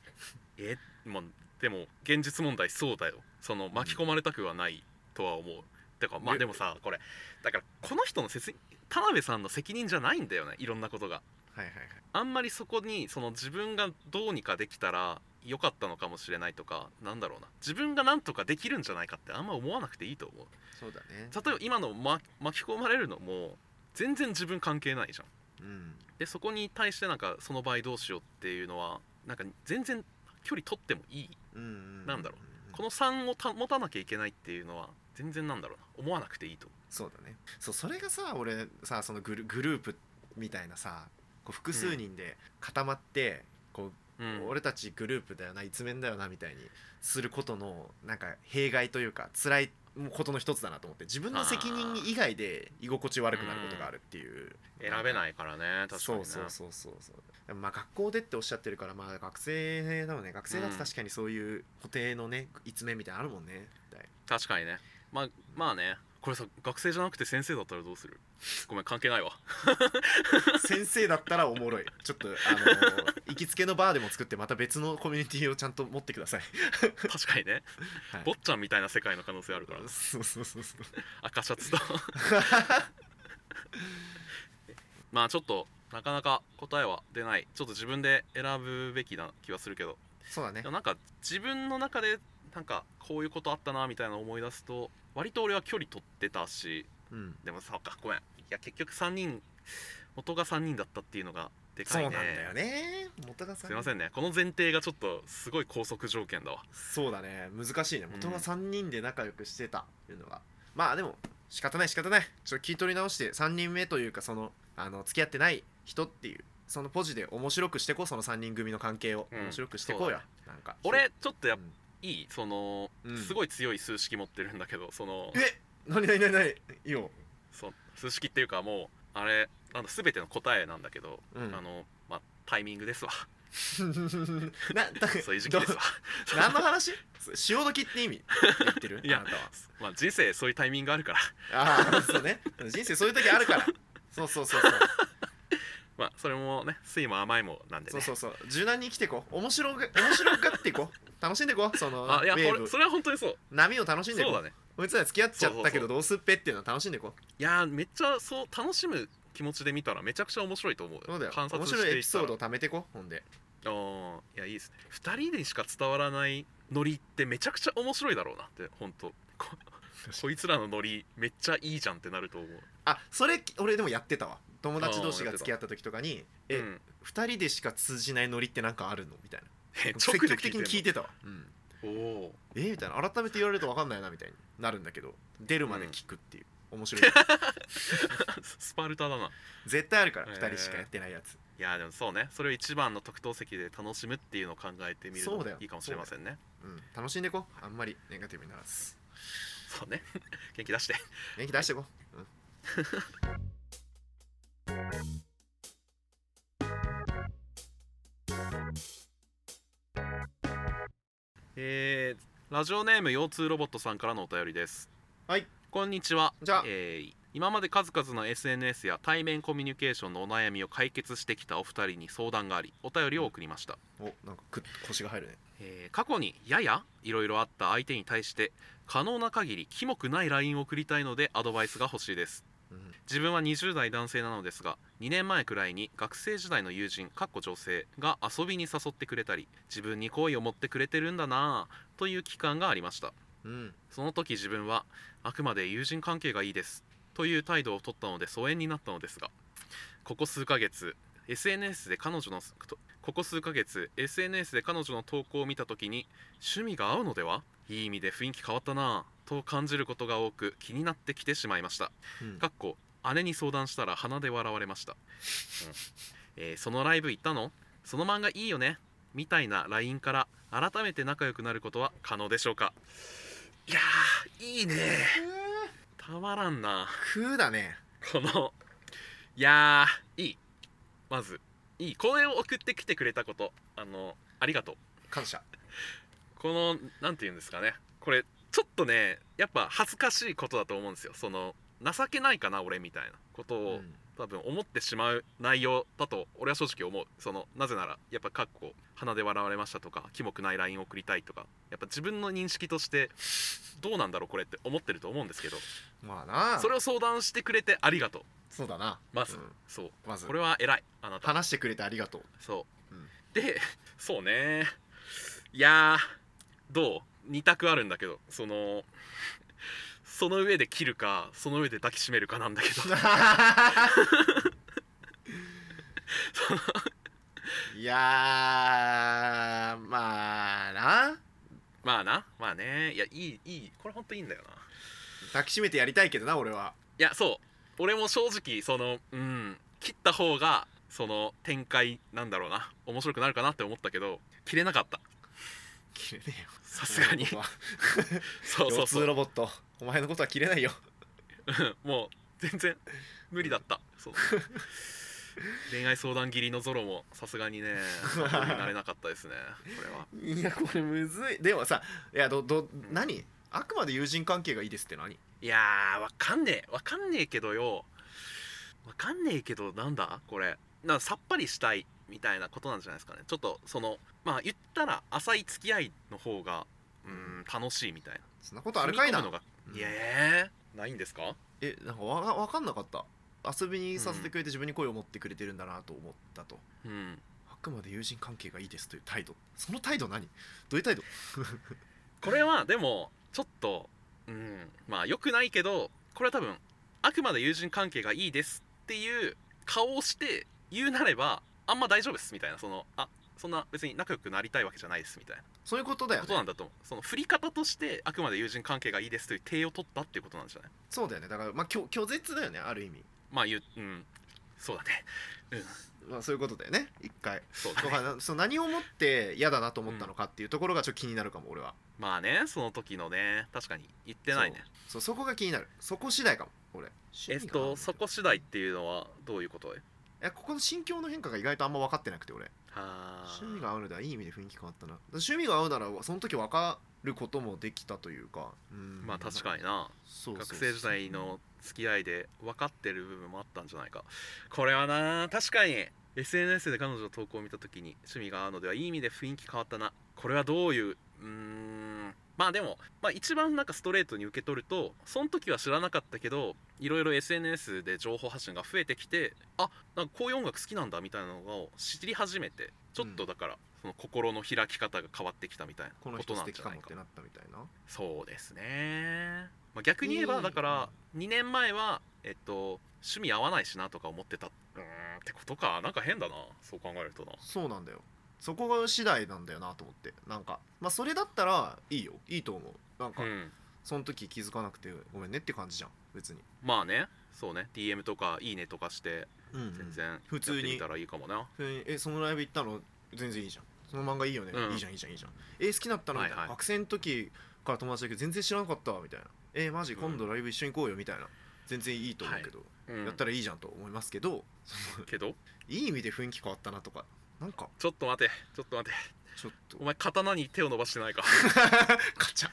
えまあでも現実問題そうだよその巻き込まれたくはないとは思うてかまあ
え
でもさこれだからこの人の責任田辺さんの責任じゃないんだよねいろんなことが
はいはいはい
あんまりそこにその自分がどうにかできたら良かったのかもしれないとかなんだろうな自分がなんとかできるんじゃないかってあんま思わなくていいと思う
そうだね
例えば今の、ま、巻き込まれるのも全然自分関係ないじゃん
うん
でそこに対してなんかその場合どうしようっていうのはなんか全然距離取ってもいい
うんうん
なんだろ
う
この3をた持たなきゃいけないっていうのは全然なんだろうな思わなくていいと
そうだねそうそれがさ俺さそのグルグループみたいなさこう複数人で固まって、こ
思う、
う
うん、
俺たちグループだよな一面だよなみたいにすることのなんか弊害というか辛いことの一つだなと思って自分の責任以外で居心地悪くなることがあるっていう、
選べ
い
ないからね確かにね
そうそうそうそうそうまあ学校でっておっしゃってるからまあ学生だもんね学生だと確かにそういう固定のね一面みたいなのあるもんねみたい
確かにねまあまあねこれさ学生じゃなくて先生だったらどうするごめん関係 ないわ
な先生だったらおもろいちょっとあの行きつけのバーでも作ってまた別のコミュニティをちゃんと持ってください
確かにね、
はい
坊っちゃんみたいな世界の可能性あるから
そうそうそうそう
赤シャ ツとまあちょっとなかなか答えは出ないちょっと自分で選ぶべきな気はするけど
そうだね
でもなんか自分の中でなんかこういうことあったなみたいなのを思い出すと割と俺は距離取ってたし
うん
でもさごめんいや結局3人元が3人だったっていうのがで
そ
か
う
い
な
ね
んだよね元がさ
すいませんねこの前提がちょっとすごい高速条件だわ
そうだね難しいね
うん
元が3人で仲良くしてたっていうのが、まあでも仕方ない仕方ないちょっと聞い取り直して3人目というかそのあの付き合ってない人っていうそのポジで面白くしてこうその3人組の関係を、
うん
面白くしてこうやなんか
俺ちょっとやっ
うん
いいその、
うん
すごい強い数式持ってるんだけどその
え何何何何いいよ、
そ数式っていうかもうあれなんだ全ての答えなんだけど、
うん、
あのまあタイミングですわ
なだ
そういう時期ですわ
ど何の話潮時って意味言ってる
いや
あなたは
まあ人生そういうタイミングあるから
ああそうね人生そういう時あるからそうそうそうそう
まあそれもね酸いも甘いもなんで
そ
ね
うそうそう柔軟に生きていこう面白が面白がっていこう楽しんでいこうその
あいや
ウェー
こ
ブ
れそれは本当にそう
波を楽しんでい
そ
こ
う
う
だね
こいつら付き合っちゃっ
そうそ
たけど
うそ
どうすっぺっていうのは楽しんでいこう
いやーめっちゃそう楽しむ気持ちで見たらめちゃくちゃ面白いと思うよ
そうだよ
観察
面
していった
白
ら
いエピソードを貯めていこうほんで
ああいやいいですね2人にしか伝わらないノリってめちゃくちゃ面白いだろうなって本当ここいつらのノリめっちゃいいじゃんってなると思う
あそれ俺でもやってたわ友達同士が付き合った時とかに「え、
うん
二2人でしか通じないノリってなんかあるの?」みたいな
え直
積
で
極的に聞い
て
てたわ、
んのおお
えーみたいな改めて言われると分かんないなみたいになるんだけど出るまで聞くっていう、面 白い
スパルタだない
絶対あるから
へー
2人しかやってないやつ
やでもそうねそれを一番の特等席で楽しむっていうのを考えてみる
そ
の
うだよ
いいかもしれませんね
うん楽しんでいこうあんまりネガティブにならず
そうね 元気出して
元気出していこう、うん
えーラジオネーム腰痛ロボットさんからのお便りです
はい
こんにちは
じゃあ
えー今まで数々の SNS や対面コミュニケーションのお悩みを解決してきたお二人に相談がありお便りを送りました、
おなんかくっ腰が入るね
えー過去にややいろいろあった相手に対して可能な限りキモくない LINE を送りたいのでアドバイスが欲しいです
うん
自分は20代男性なのですが2年前くらいに学生時代の友人かっこ女性が遊びに誘ってくれたり自分に好意を持ってくれてるんだなぁという期間がありました
うん
その時自分はあくまで友人関係がいいですという態度を取ったので疎遠になったのですがここ数ヶ月 SNS で彼女のとここ数ヶ月 SNS で彼女の投稿を見た時に趣味が合うのではいい意味で雰囲気変わったなぁと感じることが多く気になってきてしまいました
うん
かっこ姉に相談したら鼻で笑われました、えーそのライブ行ったのその漫画いいよねみたいな LINE から改めて仲良くなることは可能でしょうかいやーいいねたまらんな
空だね
このいやーいいまずいいこれを送ってきてくれたことあのありがとう
感謝
このなんて言うんですかねこれちょっとねやっぱ恥ずかしいことだと思うんですよその情けないかな俺みたいなことを、
うん
多分思ってしまう内容だと俺は正直思うそのなぜならやっぱかっこ鼻で笑われましたとかキモくない LINE を送りたいとかやっぱ自分の認識としてどうなんだろうこれって思ってると思うんですけど
まあな
それを相談してくれてありがとう
そうだな
まず、
うん
そう
まず
これは偉いあなた
話してくれてありが とう
そう、
うん
でそうねいやーどう2択あるんだけどそのその上で切るかその上で抱きしめるかなん だけど
いやーまあな
まあなまあねいやいいいいこれほんといいんだよな
抱きしめてやりたいけどな俺はい
やそう俺も正直そのうん切った方がその展開なんだろうな面白くなるかなって思ったけど切れなかった
切れねえよ
さすがに
お前の
そうそう
ことは腰
そ
痛
う
ロボットお前のことは切れないよ
うんもう全然無理だったそう恋愛相談切りのゾロもさすがにね参考になれなかったですねこれはい
やこれむずいでもさいやどど
ん
何あくまで友人関係がいいですって何
いやーわかんねえわかんねえけどよわかんねえけどなんだこれなんかさっぱりしたいみたいなことなんじゃないですかねちょっとそのまあ言ったら浅い付き合いの方がうーん楽しいみたいな
そんなことあるかいな
踏み込むのが
うん
いやえないんですか
えなんかわわかんなかった遊びにさせてくれて自分に声を持ってくれてるんだなと思ったと、
うん
あくまで友人関係がいいですという態度その態度何どういう態度
これはでもちょっとうんまあ良くないけどこれは多分あくまで友人関係がいいですっていう顔をして言うなればあんま大丈夫ですみたいなそのあそんな別に仲良くなりたいわけじゃないですみたいな
そういうことだよ
こ
ね
となんだと思うその振り方としてあくまで友人関係がいいですという体を取ったっていうことなんじゃない
そうだよねだからまあ拒拒絶だよねある意味
まあ言ううんそうだねうん
まあそういうことだよね一回
そう
だ
だ
か
ね
らなその何をもって嫌だなと思ったのかっていうところがちょっと気になるかも俺は
まあねその時のね確かに言ってないね
そうそこが気になるそこ次第かも俺
えっとそこ次第っていうのはどういうこと
えここの心境の変化が意外とあんま分かってなくて俺
はー
趣味が合うのではいい意味で雰囲気変わったな趣味が合うならその時分かることもできたというかうん
まあ確かにな
そうそう
学生時代の付き合いで分かってる部分もあったんじゃないかこれはな確かに SNS で彼女の投稿を見た時に趣味が合うのではいい意味で雰囲気変わったなこれはどういううーんまあでも、まあ、一番なんかストレートに受け取るとその時は知らなかったけどいろいろ SNS で情報発信が増えてきてあなんかこういう音楽好きなんだみたいなのを知り始めてちょっとだから、その心の開き方が変わってきたみたいな
この
こと
人
な
素
んじ
敵
ゃ
か
ない
もっ
か
てなったみたいな
そうですね、まあ、逆に言え
い
ば
い
だから2年前は、えっと、趣味合わないしなとか思ってたうーんってことかなんか変だなそう考えるとな
そうなんだよそこが次第なんだよなと思ってなんかまあそれだったらいいよいいと思うなんか、
うん
その時気づかなくてごめんねって感じじゃん別に、
まあねそうね DM とかいいねとかして全然や
普
って
通に
みたらいいかもな、
普通にえそのライブ行ったの全然いいじゃんその漫画いいよね、
うん
いいじゃんいいじゃんいいじゃんえ好きだったのみ
は
た
い
い
は、
ない学生の時から友達だけど全然知らなかったみたいなえマジ
うん
今度ライブ一緒に行こうよみたいな全然いいと思うけど、
うん
やったらいいじゃんと思いますけど
けど
いい意味で雰囲気変わったなとかなんか
ちょっと待てちょっと待て
ちょっと
お前刀に手を伸ばしてないか
カチャ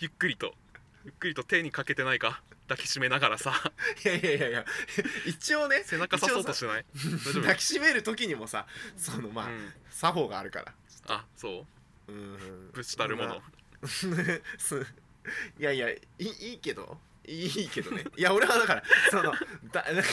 ゆっくりとゆっくりと手にかけてないか抱きしめながら さ
いやいやいやいや一応ね
背中刺そうとしない 大丈夫
抱きしめる時にもさそのまあ、
うん、
作法があるから
あそう
うん
ぶちたるもの、
すいやいやいいいいけどいいけどねいや俺はだからそのだなんか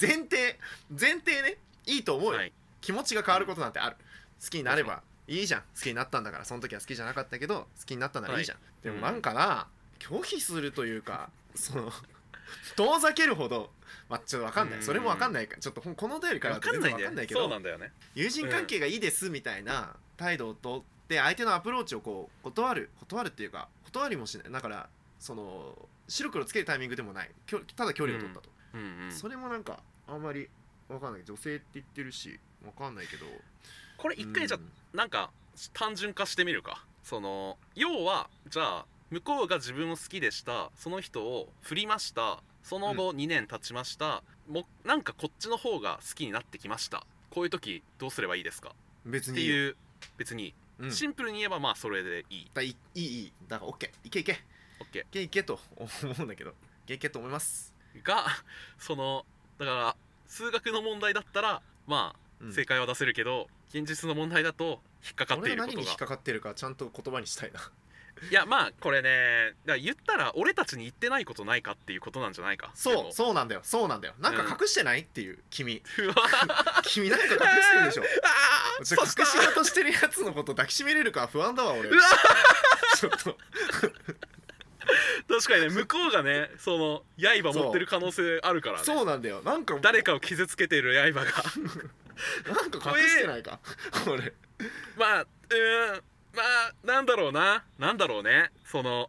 前提前提ねいいと思うよ、
はい
気持ちが変わることなんてある好きになればいいじゃん好きになったんだからその時は好きじゃなかったけど好きになったならいいじゃん、でもなんかな、拒否するというかその 遠ざけるほどまあちょっとわかんない、
うん
それもわかんないからちょっとほんこのお便りから
わ
だと
かん
全
ないんだ
然わか
よ
んないけ
そ
ど
うなんだよね
友人関係がいいですみたいな態度をとって相手のアプローチをこう断る断るっていうか断りもしないだからその白黒つけるタイミングでもないきょただ距離を取ったと、
うんうん
それもなんかあんまりわかんない女性って言ってるしわかんないけど
これ一回じゃ
うん
なんか単純化してみるかその要はじゃあ向こうが自分を好きでしたその人を振りましたその後2年経ちました、もうなんかこっちの方が好きになってきましたこういう時どうすればいいですか
別
っ
に
て
う、
いう別に
ん、
シンプルに言えばまあそれでいい
だいいいいいだから OK いけいけい
OK
けいけと思うんだけどいけいけと思います、
が そのだから数学の問題だったらま
う
あ
ん
正解は出せるけど、現実の問題だと引っかかっている
俺が
こ
何
と
に引っ
が
かかってるかちゃんと言葉にしたいな
いやまあこれねだから言ったら俺たちに言ってないことないかっていうことなんじゃないかで
そう
も
そうなんだよそうなんだよなんか隠してない、っていう君
うわ
君なんか隠してるでしょ
あ ー
ち
そ
ょ
う
隠
し
した事してるやつのこと抱きしめれるか不安だわ俺
うわ
ちょっ と
確かにね向こうがねその刃持ってる可能性あるからね
そうなんだよなんか
誰かを傷つけている刃が
なんか隠してないかこれ
まあうーんまあなんだろうななんだろうねその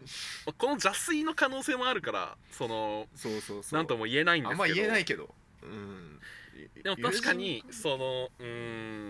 この邪推の可能性もあるからその
そうそうそう
なんとも言えないんです
あ
けど
んま言えないけどうん
でも確かにそのうー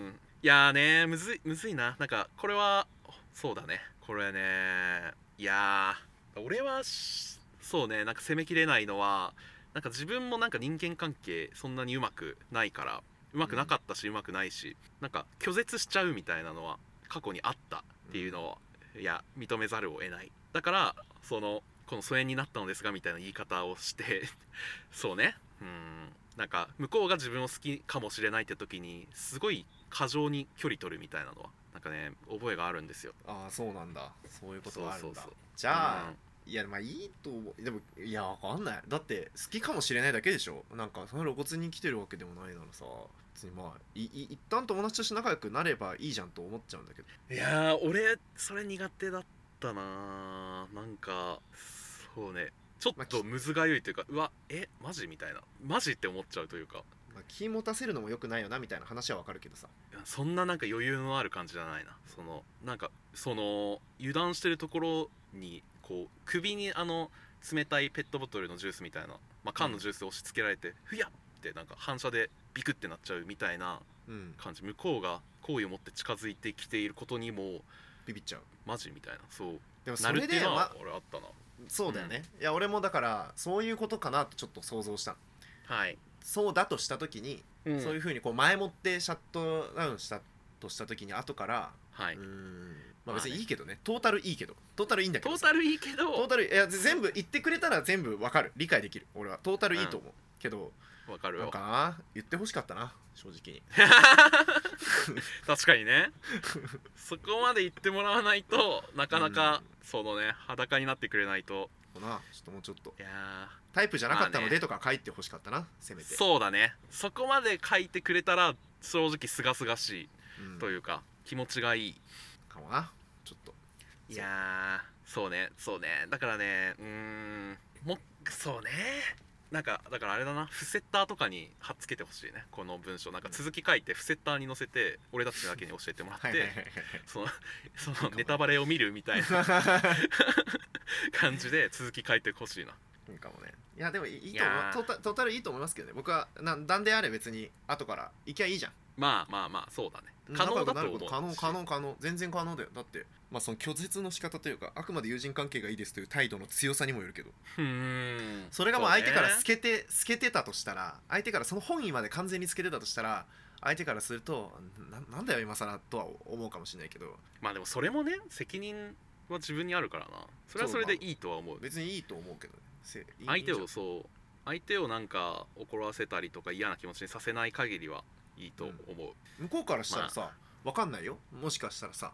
んいやーねむずいむずいななんかこれはそうだねこれねいやー俺はしそうねなんか攻めきれないのはなんか自分もなんか人間関係そんなにうまくないからうまくなかったしうまくないしなんか拒絶しちゃうみたいなのは過去にあったっていうのをいや認めざるを得ないだからそのこの疎遠になったのですがみたいな言い方をして そうねうんなんか向こうが自分を好きかもしれないって時にすごい過剰に距離取るみたいなのはなんかね覚えがあるんですよ
ああそうなんだそういうことがあるんだ
そうそうそう
じゃあ、いやまあいいと思うでもいやわかんないだって好きかもしれないだけでしょなんかその露骨に来てるわけでもないならさ別にまあいい一旦友達として仲良くなればいいじゃんと思っちゃうんだけど
いやー俺それ苦手だったなーなんかそうねちょっとむずがゆいというかうわえマジみたいなマジって思っちゃうというか
まあ、気持たせるのも良くないよなみたいな話はわかるけどさ
いやそんななんか余裕のある感じじゃないなそのなんかその油断してるところにこう首にあの冷たいペットボトルのジュースみたいな、まあ、缶のジュースを押し付けられて、ふやってなんか反射でビクってなっちゃうみたいな
うん
感じ向こうが好意を持って近づいてきていることにも
ビビっちゃう
マジみたいなそう
でもそ
なる
れ
ってい
で
うのは
ま
俺あったな
そうだよね、いや俺もだからそういうことかなとちょっと想像した
はい、
そうだとした時に、
うん
そういうふうにこう前もってシャットダウンしたとした時に後から、
はいう
ーんまあ別にいいけどね,、トータルいいけどトータルいいんだけ
ト
ど
ー
さ
タルいいけど
トータルいや全部言ってくれたら全部わかる理解できる俺はトータルいいと思う、けど
わかる
なん
よ
かな言ってほしかったな正直に
確かにねそこまで言ってもらわないとなかなか、そのね裸になってくれないと
もうなちょっともうちょっと
いや
タイプじゃなかったの
まあね
でとか書いてほしかったなせ
ー
めて
そうだねそこまで書いてくれたら正直すがすがし
うん
いというか、気持ちがいい
かもなちょっと
いやーそうねそうねだからねうーんもそうねなんかだからあれだなフセッターとかに貼っつけてほしいねこの文章なんか続き書いてフセッターに載せて俺たちだけに教えてもらって
はいはいはい
そのそのネタバレを見るみたいな
はい
感じで続き書いてほしいない
いかもねいやでもいいい
い
と思
やー
うトータトータルいいと思いますけどね僕はななんであれ別に後から行きゃいいじゃん
まあまあまあそうだね可
仲
能
良
だ
くな
と
る
思
こ
う
と可能可能可能全然可能だよだってまあその拒絶の仕方というかあくまで友人関係がいいですという態度の強さにもよるけど
うーん
それがもう相手から
そう
透けて、透けてたとしたら相手からその本意まで完全に透けてたとしたら相手からするとななんだよ今更とは思うかもしれないけど
ねまあでもそれもね責任は自分にあるからなそれはそれでいいとは思う
別にいいと思うけどねせいい
相手
いい
を
んじ
そう相手をなんか怒らせたりとか嫌な気持ちにさせない限りはいいと思う、
ゃん向こうからしたらさ、わかんないよもしかしたらさ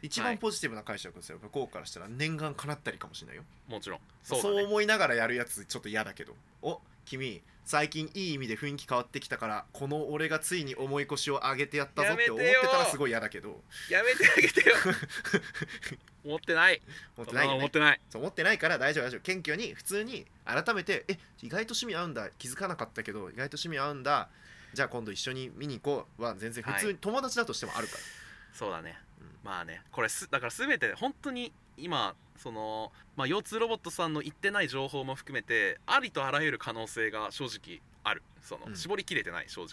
一
は
番
い
ポジティブな解釈ですよ、向こうからしたら念願叶ったりかもしれないよ
もちろん
そう,、
そうだね
思いながらやるやつちょっと嫌だけどお君最近いい意味で雰囲気変わってきたからこの俺がついに重い腰を上げてやったぞって
や
思
め
って
よ
てたらすごい嫌だけど
やめてあげ てよ思ってない
思ってないよ、
あ
ね、
思ってない
そう思ってないから大丈夫大丈夫謙虚に普通に改めてえ意外と趣味合うんだ気づかなかったけど意外と趣味合うんだじゃあ今度一緒に見に行こうは全然普通
は
に友達だとしてもあるか
そうだね、
うん
まあねこれすだから全て本当に今その、まあ、腰痛ロボットさんの言ってない情報も含めてありとあらゆる可能性が正直あるその、
うん
絞りきれてない正直、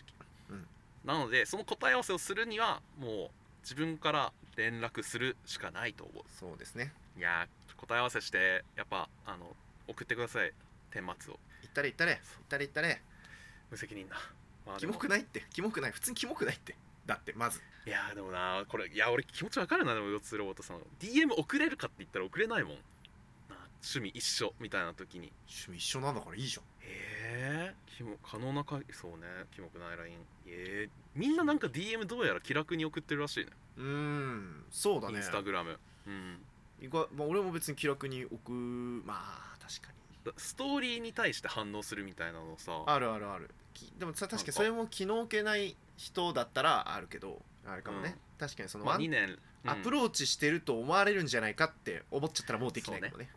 うん
なのでその答え合わせをするにはもう自分から連絡するしかないと思
らそうですね
ういやー答え合わせしてやっぱあの送ってください顛末を
行ったれ行ったれ行ったれ行ったれ
無責任だまあ
キ
でも
モくないってキモくない普通にキモくないってだってまず
いやーでもなーこれいや俺気持ちわかるなでも四つロボットさん DM 送れるかって言ったら送れないもんなあ趣味一緒みたいな時に
趣味一緒なんだからいいじゃん
ええキモ可能なかそうねキモくないラインええみんななんか DM どうやら気楽に送ってるらしいね
うーんそうだ
イ
ね
ンスタグラムうん
意外まあ、俺も別に気楽に置くまあ確かに
だストーリーに対して反応するみたいなのさ
あるあるあるきでもさ
な
確か
んか
にそれも気の置けない人だったらあるけどあれかもね、確かにその
ま
ワ
あ
ン
2年、うん
アプローチしてると思われるんじゃないかって思っちゃったらもうできないけどね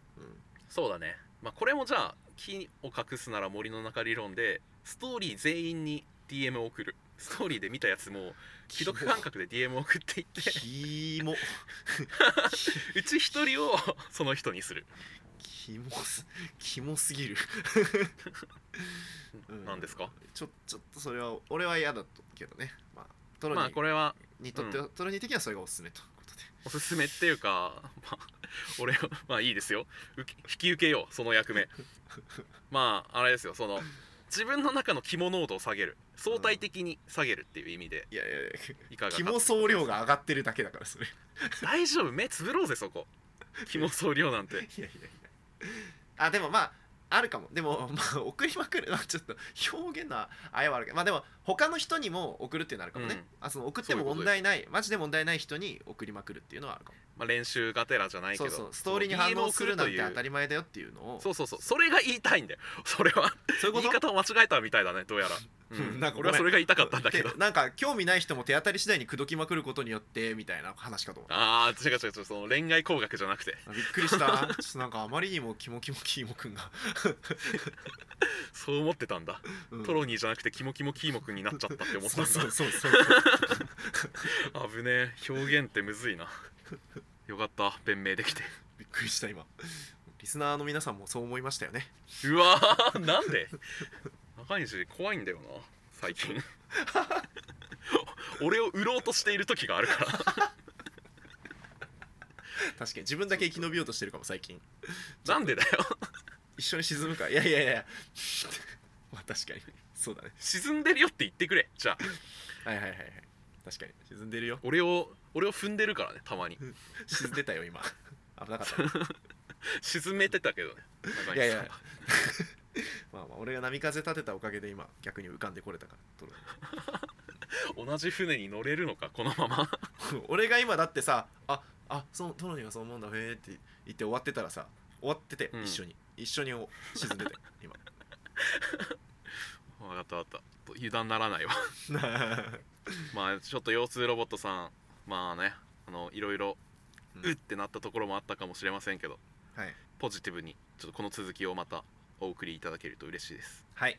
そうだねまあこれもじゃあ木を隠すなら森の中理論でストーリー全員に DM を送るストーリーで見たやつも既読感覚で DM を送ってい って
キモ
うち一人をその人にする、
キモすキモす ぎる、う
なんですか
ちょちょっとそれは俺は嫌だけどねまあトロニ
まあこれは
ーにとっては、トロニー的にはそれがおすすめということで
おすすめっていうか、まあ、 俺はまあいいですよ受け引き受けようその役 目まああれですよその自分の中の肝濃度を下げる相対的に下げるっていう意味で
いやいやいや
いかがか
肝総量が上がってるだけだから それ
大丈夫目つぶろうぜそこ肝総量なんて
いやいやいやあでもまああるかもでも、 まあ、送りまくるのはちょっと表現のあやはあるけどまあでも他の人にも送るっていうのはあるかもね、
うん
あその送って
そう
も
いうこと
問題ないマジで問題ない人に送りまくるっていうのはあるかも
まあ、練習がてらじゃないけ
そ
ど
うそうストーリーに反応するなんて当た
り
り前だよっていうのを
そうそうそうそれが言いたいんだよそれは
そういうこ
言い
と
方を間違えたみたいだねどうやら、
うん なんかご
俺
めん
はそれが言いたかったんだけ ど
でなんか興味ない人も手当たり次第に口説きまくることによってみたいな話かと思っ
ああ違う違う違うその恋愛工学じゃなくて
たびっくりしたちょっとなんかあまりにもキモキモキモくんが、
そう思ってたんだ、
うん
トロニーじゃなくてキモキモキーモくんになっちゃったって思ったん
そう
だ
そうそうそう
危ねえ表現ってむずいな よかった弁明できて
びっくりした今リスナーの皆さんもそう思いましたよね
うわーなんで中西怖いんだよな最 近俺を売ろうとしている時がある から
確かに自分だけ生き延びようとしてるかも最近
なんでだよ
一緒に沈むかいやいやいや まあ確かにそうだね
沈んでるよって言ってくれじゃあ
はいはいはいはい確かに沈んでるよ
俺を俺を踏んでるからねたまに
沈んでたよ今 危なかったね
沈めてたけどね中西さん
いやいやまあまあ俺が波風立てたおかげで今逆に浮かんでこれたから
同じ船に乗れるのかこのま ま
トロ 俺が今だってさああそうトロニーがそう思うんだへえって言って終わってたらさ終わってて、
うん
一緒に一緒にお沈 んでて今
分かった分かった油断ならないわ まあちょっと腰痛ロボットさんまあねあのいろいろ
うん
うってなったところもあったかもしれませんけど
はい
ポジティブにちょっとこの続きをまたお送りいただけると嬉しいです
はい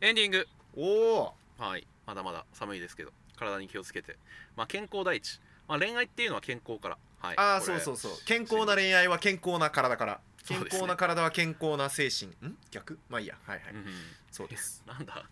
エンディング
おお
はいまだまだ寒いですけど体に気をつけて、まあ、健康第一、まあ、恋愛っていうのは健康から、はい、
ああ
こ
そ
れ
うそうそう健康な恋愛は健康な体から
そう
健
ですね
康な体は健康な精神ん逆まあいいやはいはい、
うんうん
そ うです
なんだ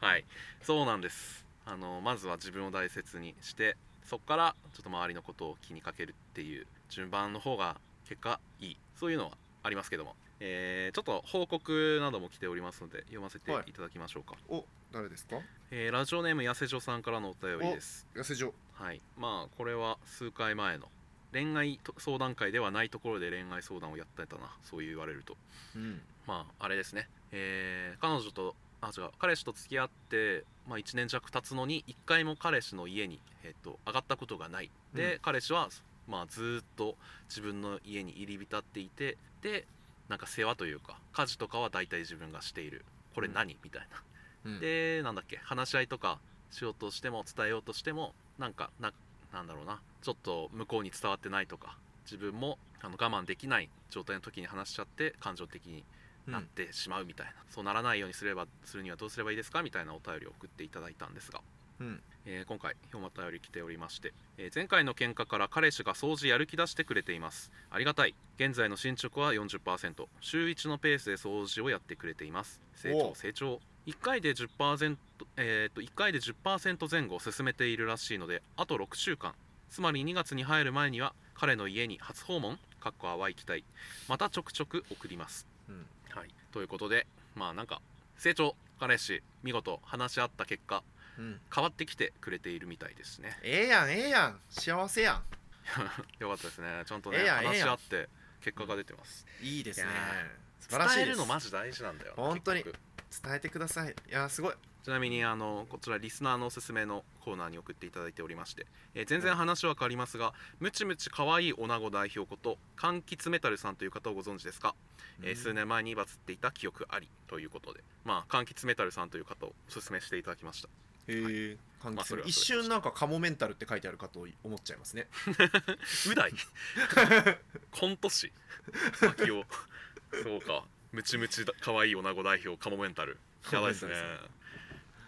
はいそうなんですあのまずは自分を大切にしてそこからちょっと周りのことを気にかけるっていう順番の方が結果いいそういうのはありますけども、えーちょっと報告なども来ておりますので読ませていただきましょうか、
お誰ですか
えーラジオネームやせじょさんからのお便りです
痩せ状
はいまあこれは数回前の恋愛と相談会ではないところで恋愛相談をやってたなそう言われると
うん
まああれですね、えー彼女とあ違う彼氏と付き合って、まあ、1年弱経つのに1回も彼氏の家に、えっと上がったことがないで、
うん
彼氏は、まあ、ずーっと自分の家に入り浸っていてでなんか世話というか家事とかは大体自分がしているこれ何、みたいな
うん
でなんだっけ話し合いとかしようとしても伝えようとしてもなんかななんだろうなちょっと向こうに伝わってないとか自分もあの我慢できない状態の時に話しちゃって感情的になってしまうみたいな、そうならないようにすればするにはどうすればいいですかみたいなお便りを送っていただいたんですが、
うん
えー今回お便り来ておりまして、えー前回の喧嘩から彼氏が掃除やる気出してくれていますありがたい現在の進捗は40%週1のペースで掃除をやってくれています成
お
長
う
成長1回で10%、えー、と1回で10%前後を進めているらしいのであと6週間つまり2月に入る前には彼の家に初訪問かっこ淡い期待またちょくちょく送ります
うん
はい、ということでまあなんか成長彼氏見事話し合った結果
うん
変わってきてくれているみたいですね
ええやんええやん幸せや
よかったですねちゃんとね、
ええやん
話
ええ
し
やん
合って結果が出てます、
んいいですね
いや
素晴らしい
伝え
で
る
す
のマジ大事なんだよな
本当に
結局
伝えてくださいいやーすごい
ちなみにあのこちらリスナーのおすすめのコーナーに送っていただいておりまして、えー全然話は変わりますがムチムチ可愛い女子代表こと柑橘メタルさんという方をご存知ですかえー数年前にバズっていた記憶ありということでまあ柑橘メタルさんという方をおすすめしていただきました
へえ、柑
まあそ
橘
れは
一
それ
瞬なんかカモメンタルって書いてあるかと思っちゃいます ね。
うだいコント 師巻をそうかムチムチだ可愛い女子代表カモメンタルやばいですね
カモメンタ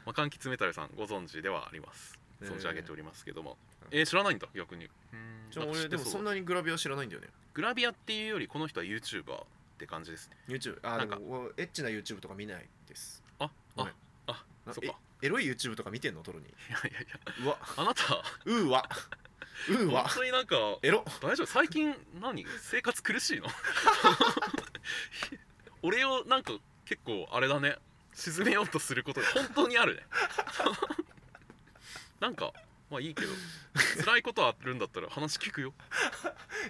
まあ、柑橘メタルさんご存知ではあります
えー
存じ上げておりますけどもえー知らないんだ逆にうん
じゃあ
なんか知って
俺で
う
もそんなにグラビア知らないんだよね。
グラビアっていうよりこの人は YouTuber って感じですね
YouTube あ
なん
ー
か
でもおエッチな YouTube とか見ないです。
あ
ご
あ
めん
あ
な
そっか
えエロい YouTube とか見てんのトロに。
いやいやいや
うわ
あなた
うーわうー
本
わ
当になんか
エロ
大丈夫最近何生活苦しいの 俺をなんか結構あれだね沈めようとすることが本当にあるね なんかまあいいけど辛いことあるんだったら話聞くよ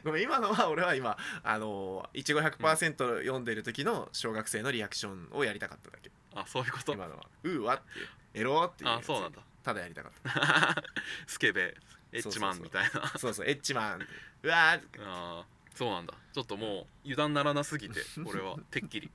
ごめん今のは俺は今あのいちご100%読んでる時の小学生のリアクションをやりたかっただけ。
あそういうこと
今のはうーわっていうエロっていうや
あ
つ
そうなんだ
ただやりたかっ
スケベエッチマンみたいな
た。そうそうエッチマンうわー
あーそうなんだちょっともう油断ならなすぎ て俺はてっきり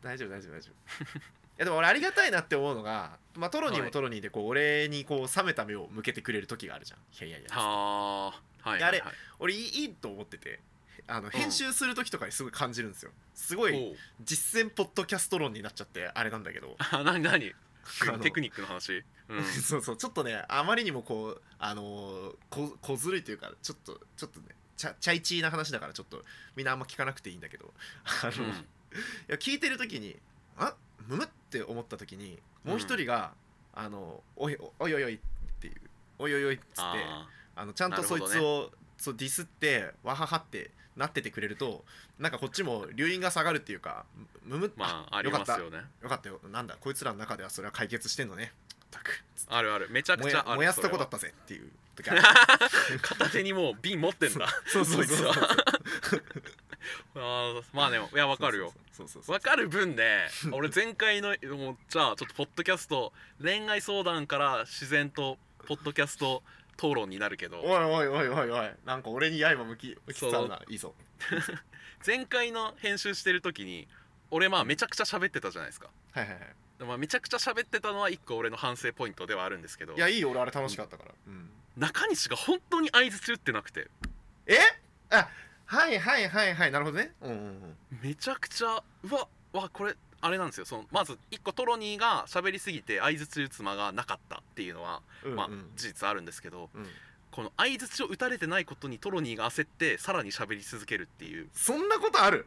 大丈夫大丈夫大丈夫 いやでも俺ありがたいなって思うのが、まあ、トロニー
は
も
い
トロニーでこう俺にこう冷めた目を向けてくれる時があるじゃんいやいやいや
はあはい
や
はい
れ
はい
俺いいいいと思っててあの編集する時とかにすごい感じるんですよすごい
おう
実践ポッドキャスト論になっちゃってあれなんだけ ど
あ何何
あの
テクニックの話 うん
そうそうちょっとねあまりにもこうあのーこ小ずるいというかちょっとちょっとねちゃチャイチーな話だからちょっとみんなあんま聞かなくていいんだけどあの、
うん
いや聞いてる時にあむむって思った時にもう一人が、あのおいおいおいおいっていうおいおいおいっつってあ
あー
のちゃんとそい
な
つ
るほ
を、そうディスってわははってなっててくれるとなんかこっちも留飲が下がるっていうかむむ
まあありますよね
よかったよなんだこいつらの中ではそれは解決してんのねったく
あるあるめちゃく
燃
ちゃあ
や
る
燃やすとこだ
だ
ったぜっていう時
片手に もう瓶持ってんだ
そうそうそう
そいつあーまあでもいやわかるよ
そうそうそう
わかる分ね 俺前回のもうじゃあちょっとポッドキャスト恋愛相談から自然とポッドキャスト討論になるけ
おい
ど
おいおいおいおいなんか俺に刃向き向きつつあるないいぞ
前回の編集してる時に俺まあめちゃくちゃ喋ってたじゃないですか、
はいはいはい
まあ、めちゃくちゃ喋ってたのは一個俺の反省ポイントではあるんですけど
いやいいよ俺あれ楽しかったからうん
中西が本当に相づち打ってなくて
えあはいはいはいはいなるほどねうんうんうん
めちゃくちゃうわわこれあれなんですよそのまず1個トロニーが喋りすぎて相槌打つ間がなかったっていうのは、
うんうん
まあ、事実あるんですけど
うん
この相槌を打たれてないことにトロニーが焦ってさらに喋り続けるっていう
そんなことある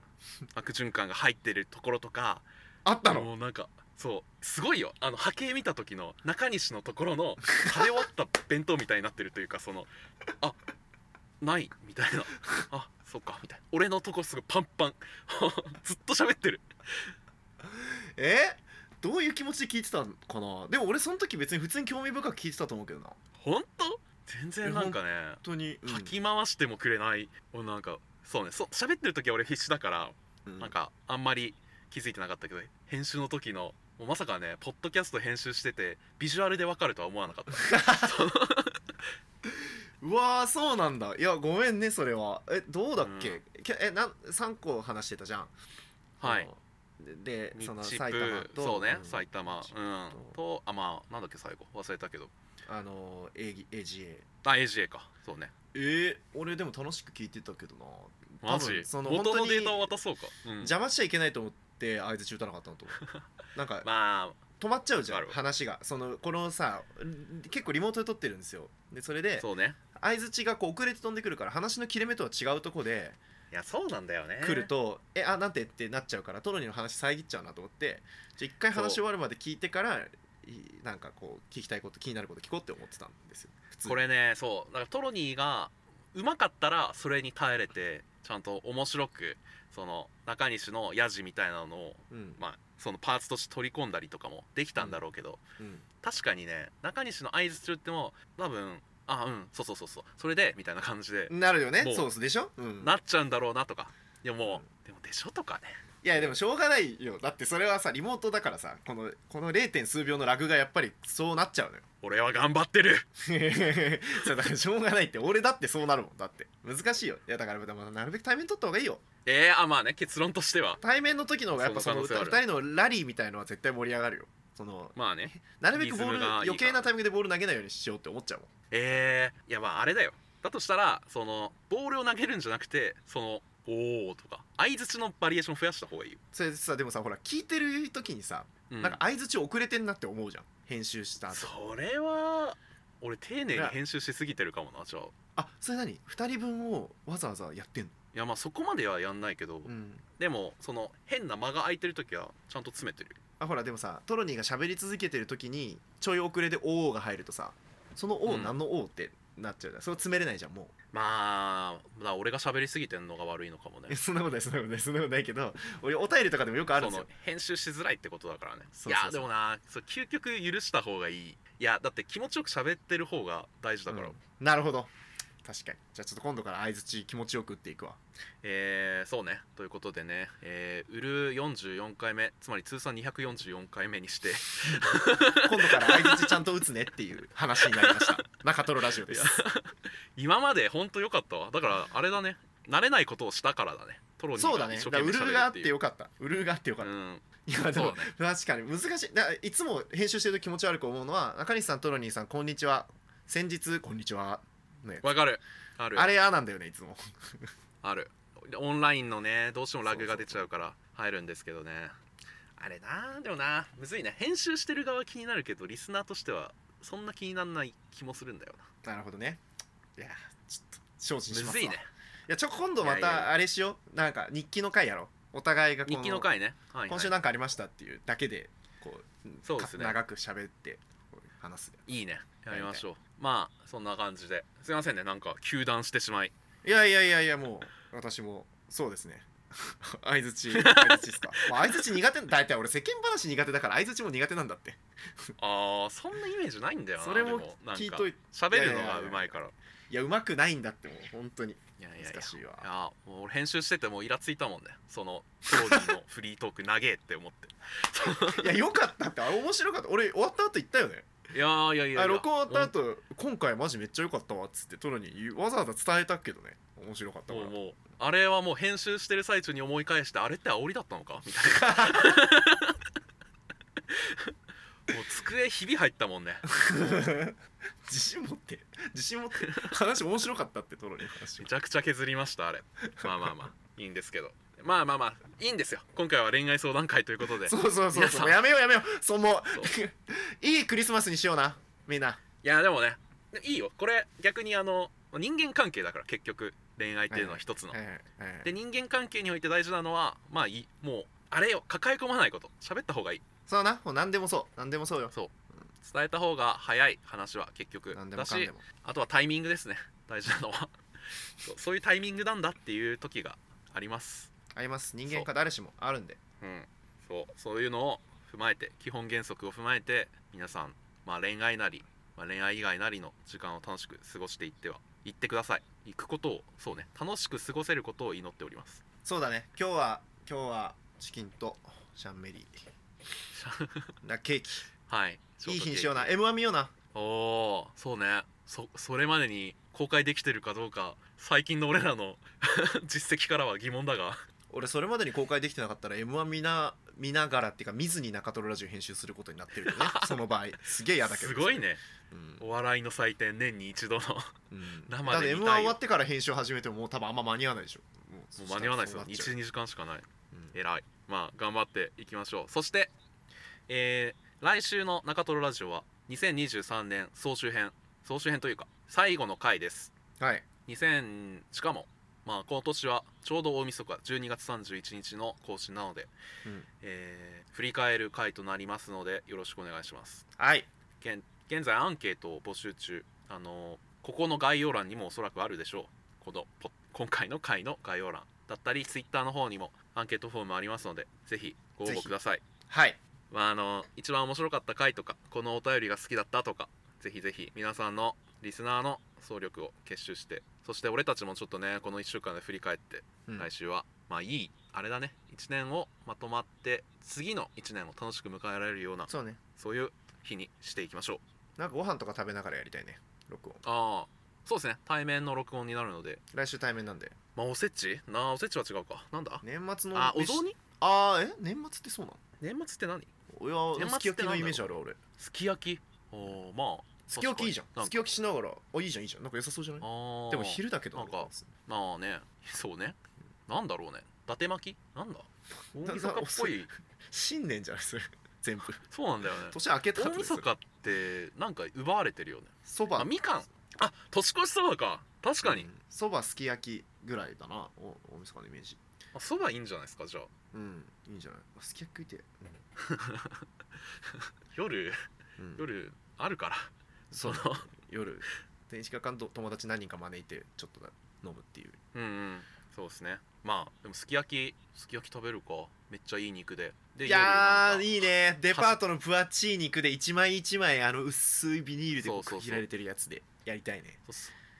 悪循環が入ってるところとか
あったの
もうなんかそうすごいよあの波形見た時の中西のところの食べ終わった弁当みたいになってるというかそのあないみたいなあそっかみたいな俺のとこすごいパンパン ずっと喋ってる
えどういう気持ちで聞いてたのかなでも俺その時別に普通に興味深く聞いてたと思うけどな本
本当全然なんかね
当に、
かき回してもくれない、俺なんかそうねそ喋ってる時は俺必死だから、
うん
なんかあんまり気づいてなかったけど編集の時のもうまさかねポッドキャスト編集しててビジュアルでわかるとは思わなかった
うわーそうなんだいやごめんねそれはえどうだっけ、けえなん3個話してたじゃん
はい
あので
日
その
プ
埼玉と
そうね、
ん
埼玉
日
うん
と
とあまあなんだっけ最後忘れたけど
あの AG AGA
あ AGA かそうね
えー、俺でも楽しく聞いてたけどな
マ
多
ジ
分その
元
本当
の
に
データを渡そうか、うん、
邪魔しちゃいけないと思って合図中打たなかったのと思う なんか
ま
止まっちゃうじゃ
わ
ん
かる
話がそのこのさ結構リモートで撮ってるんですよでそれ
あ
で
そうね
相づちがこう遅れて飛んでくるから話の切れ目とは違うとこで
いやそうなんだよね
来ると「えあなんて?」ってなっちゃうからトロニーの話遮っちゃうなと思ってじゃあ一回話終わるまで聞いてからいなんかこう聞きたいこと気になること聞こうって思ってたんですよ普通に
これねそうだからトロニーがうまかったらそれに耐えれてちゃんと面白くその中西のヤジみたいなのを
うん
まあそのパーツとして取り込んだりとかもできたんだろうけど、
うん
確かにね中西の合図中っても多分あうんそうそうそうそうそれでみたいな感じで
なるよね
もう
そうですでしょ、うん、
なっちゃうんだろうなとかいやも
う
うでもでしょとかね
いやでもしょうがないよだってそれはさリモートだからさこのこの 0. 数秒のラグがやっぱりそうなっちゃうのよ
俺は頑張ってる
そうだからしょうがないって俺だってそうなるもんだって難しいよいやだからでもなるべく対面取った方がいいよ
えー、あまあね結論としては
対面の時の方がやっぱその
その可能性
2人のラリーみたいのは絶対盛り上がるよその
まあね
なるべくボー
リズムがいい
ル
から
余計なタイミングでボール投げないようにしようって思っちゃうもん
えー、いやまああれだよだとしたらそのボールを投げるんじゃなくてその「おー」とか相槌のバリエーション増やした方がいいよ、
それでさでもさほら聞いてる時にさ、
うん
なんか相づち遅れてんなって思うじゃん編集した後
それは俺丁寧に編集しすぎてるかもなじゃあ
あそれ何2人分をわざわざやってんの
いやまあそこまではやんないけど、
うん
でもその変な間が空いてる時はちゃんと詰めてる
あほらでもさトロニーが喋り続けてる時にちょい遅れで「おお」が入るとさその「お
う
お」
ん
何の「おお」ってなっちゃうじゃんそれ詰めれないじゃんもう
まあだから俺が喋りすぎてんのが悪いのかもね
えそんなことないそんなことないそんなことないけど俺お便りとかでもよくあるん
そ
です
の
よ
編集しづらいってことだからね
そうそうそう
やでもなそう究極許した方がいいいやだって気持ちよく喋ってる方が大事だから、
うんなるほど確かにじゃあちょっと今度から相づち気持ちよく打っていくわ
えーそうねということでね、えー、売る44回目つまり通算244回目にして
今度から相づちちゃんと打つねっていう話にな りました中トロラジオです
今までほんと良かったわだからあれだね慣れないことをしたからだねトロニー
そうだ
が
ね
一生
だから
懸命
ウ
喋
ルー
る
があ
っ
ってて
いう
よかったウルーがあってよか
う
った、
ん
いやでも、
そうだね
確かに難しいだからいつも編集してる時気持ち悪く思うのは中西さんトロニーさんこんにちは先日こんにちはね
わかるある
あれあなんだよねいつも
あるオンラインのねどうしてもラグが出ちゃうから入るんですけどねあれなでもなむずいね編集してる側気になるけどリスナーとしてはそんな気にならない気もするんだよな
なるほどねいやちょっと精進
む
しますわ
ずいね
いやちょ今度ま
いやいやい
たあれしようなんか日記の回やろうお互いがこ
日記の回ね、はいはい
今週なんかありましたっていうだけでこう
そうですね
か長く喋ってこう話す
いいねやりましょうまあそんな感じですいませんねなんか休断してしまい
いやいやいやいやもう私もそうですね 相づち相づちっ すか、まあ、相づち苦手大体俺世間話苦手だから相づちも苦手なんだって
あーそんなイメージないんだよな
それも
でなんか
聞いといて
喋るのがうまいから
いやうまくないんだってもう本当に
いやいやいや
難しいわ
いやもう俺編集しててもうイラついたもんねそのトロニーのフリートーク長えって思って
いやよかったってあれ面白かった俺終わった後言ったよね
いやーいやいやいや
あ録音終わった後今回マジめっちゃ良かったわっつってトロにわざわざ伝えたけどね面白かったか
もう
ら
もうあれはもう編集してる最中に 思い返してあれって煽りだったのかみたいなもう机ひび入ったもんね
自信持って自信持って話面白かったってトロに話
めちゃくちゃ削りましたあれまあまあまあいいんですけどまあまあまあいいんですよ今回は恋愛相談会ということでい
そうそうそう
皆さ
そ
ん
うやめようやめようそうもう いいクリスマスにしようなみんな
やでもねでいいよこれ逆にあの人間関係だから結局恋愛っていうのは一つの
はいはいはい
で人間関係において大事なのはまあいいもうあれよ抱え込まないこと喋った方がいい
そうなもう何でもそう何でもそうよ
伝えた方が早い話は結局
何でも
だ
かんで
し
も
あとはタイミングですね大事なのはそうそういうタイミングなんだっていう時があります
あります人間か誰しもあるんで
うんそうそういうのを踏まえて基本原則を踏まえて皆さん、まあ、恋愛なり、まあ、恋愛以外なりの時間を楽しく過ごしていっては行ってください行くことをそうね楽しく過ごせることを祈っております
そうだね今日は今日はチキンとシャンメリーなケーキ
はいショートケーキ
いい日にしような M1 見ような
おおそうねそそれまでに公開できてるかどうか最近の俺らの 実績からは疑問だが
俺それまでに公開できてなかったら M1 見な見ながらっていうか見ずに中トロラジオ編集することになってるよ ねその場合すげえ嫌だけど
すごいね
うん
お笑いの祭典年に一度のも
うん
生で見たいよ
だって M1 終わってから編集始めてももう多分あんま間に合わないでしょもう
う間に合わないですよ
そしたらそうっちゃう
12時間しかない
うん
偉いまあ頑張っていきましょうそして、えー来週の中トロラジオは2023年総集編総集編というか最後の回です
はい
2000しかもまあ今年はちょうど大晦日12月31日の更新なので、
うん
えー振り返る回となりますのでよろしくお願いします
はい
現現在アンケートを募集中あのーここの概要欄にもおそらくあるでしょうこのポ今回の回の概要欄だったりツイッターの方にもアンケートフォームありますのでぜひご応
ぜ
募
ひ
ください
はい
まああのー一番面白かった回とかこのお便りが好きだったとかぜひぜひ皆さんのリスナーの総力を結集してそして俺たちもちょっとねこの1週間で振り返って
うん
来週は、まあいいあれだね1年をまとまって次の1年を楽しく迎えられるような
そうね
そういう日にしていきましょう
なんかご飯とか食べながらやりたいね録音
ああそうですね対面の録音になるので
来週対面なんで
まあおせちなあおせちは違うかなんだ
年末の
あお
飯
雑煮
ああえ年末ってそうなの
年末って何
いや
年末ってなんだろう
すき焼きのイメージあるわ俺
すき焼きおーまあ
すき焼きいいじゃ
なんか
んすき焼きしながらあいいじゃんいいじゃんなんか良さそうじゃ
あ
ない
ー
でも昼だけど
なんかまあねそうねなんだろうね伊達巻きなんだ大晦日っぽい
新年じゃないそれ 全部
そうなんだよね
年明けた
大
後です
晦日ってなんか奪われてるよね
そば
あみかんあ年越しそばか確かに
うんそばすき焼きぐらいだなお大晦日のイメージ
あそばいいんじゃないですかじゃあ
うんいいんじゃないあすき焼き食いて
夜
え、うん
夜あるから
そう
その
夜電子化館と友達何人か招いてちょっとだ飲むっていう
うんうんそうですねまあでもすき焼きすき焼き食べるかめっちゃいい肉でで
いやー
い
いいねデパートの分厚い肉で一枚一枚あの薄いビニールでこう
そうそうそう
区切られてるやつでやりたいね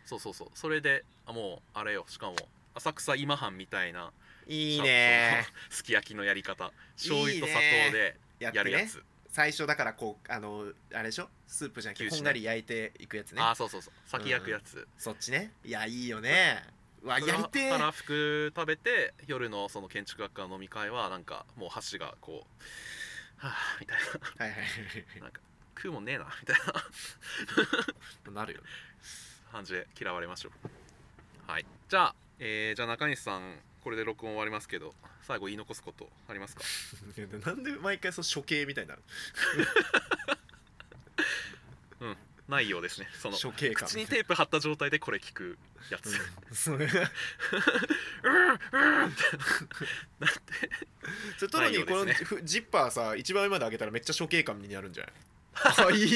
そうそうそうそれであもうあれよしかも浅草今半みたいない
いね
そのすき焼きのやり方醤油と砂
いい
糖で
やって
やるや
ね
つ
最初だからこうあのあれでしょスープじゃなくて
牛脂ね
こんがり焼いていくやつね
あそうそうそう先焼くやつ、
そっちねいやいいよねうわ
それ
やりてえ
たらふく食べて夜のその建築学科の飲み会はなんかもう箸がこうはあみたいな
はいはい
食うもんねえなみたいな
なるよ
感じで嫌われましょうはいじゃあ、えーじゃあ中西さんこれで録音終わりますけど最後言い残すことありますか
ねなんで毎回その処刑みたいになる
ないよう ですねその
処刑感
口にテープ貼った状態でこれ聞くやつう
うんそれ
んうんってなって
それトロニ
ない
ー
よ
こ
うで
の
す
ふジッパーさ一番上まで開けたらめっちゃ処刑感になるんじゃないあいいいい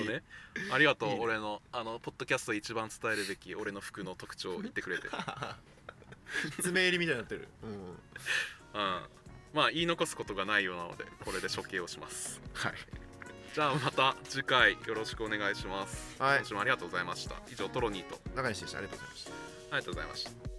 そ
い
うねありがとう
いいね
俺のあのポッドキャストで一番伝えるべき俺の服の特徴を言ってく れて
爪入りみたいになってる、う
う
ん、
んまあ言い残すことがないようなのでこれで処刑をします
はい
じゃあまた次回よろしくお願いします、
はい
今週もありがとうございました以上トロニーと
中西でしたありがとうございました
ありがとうございました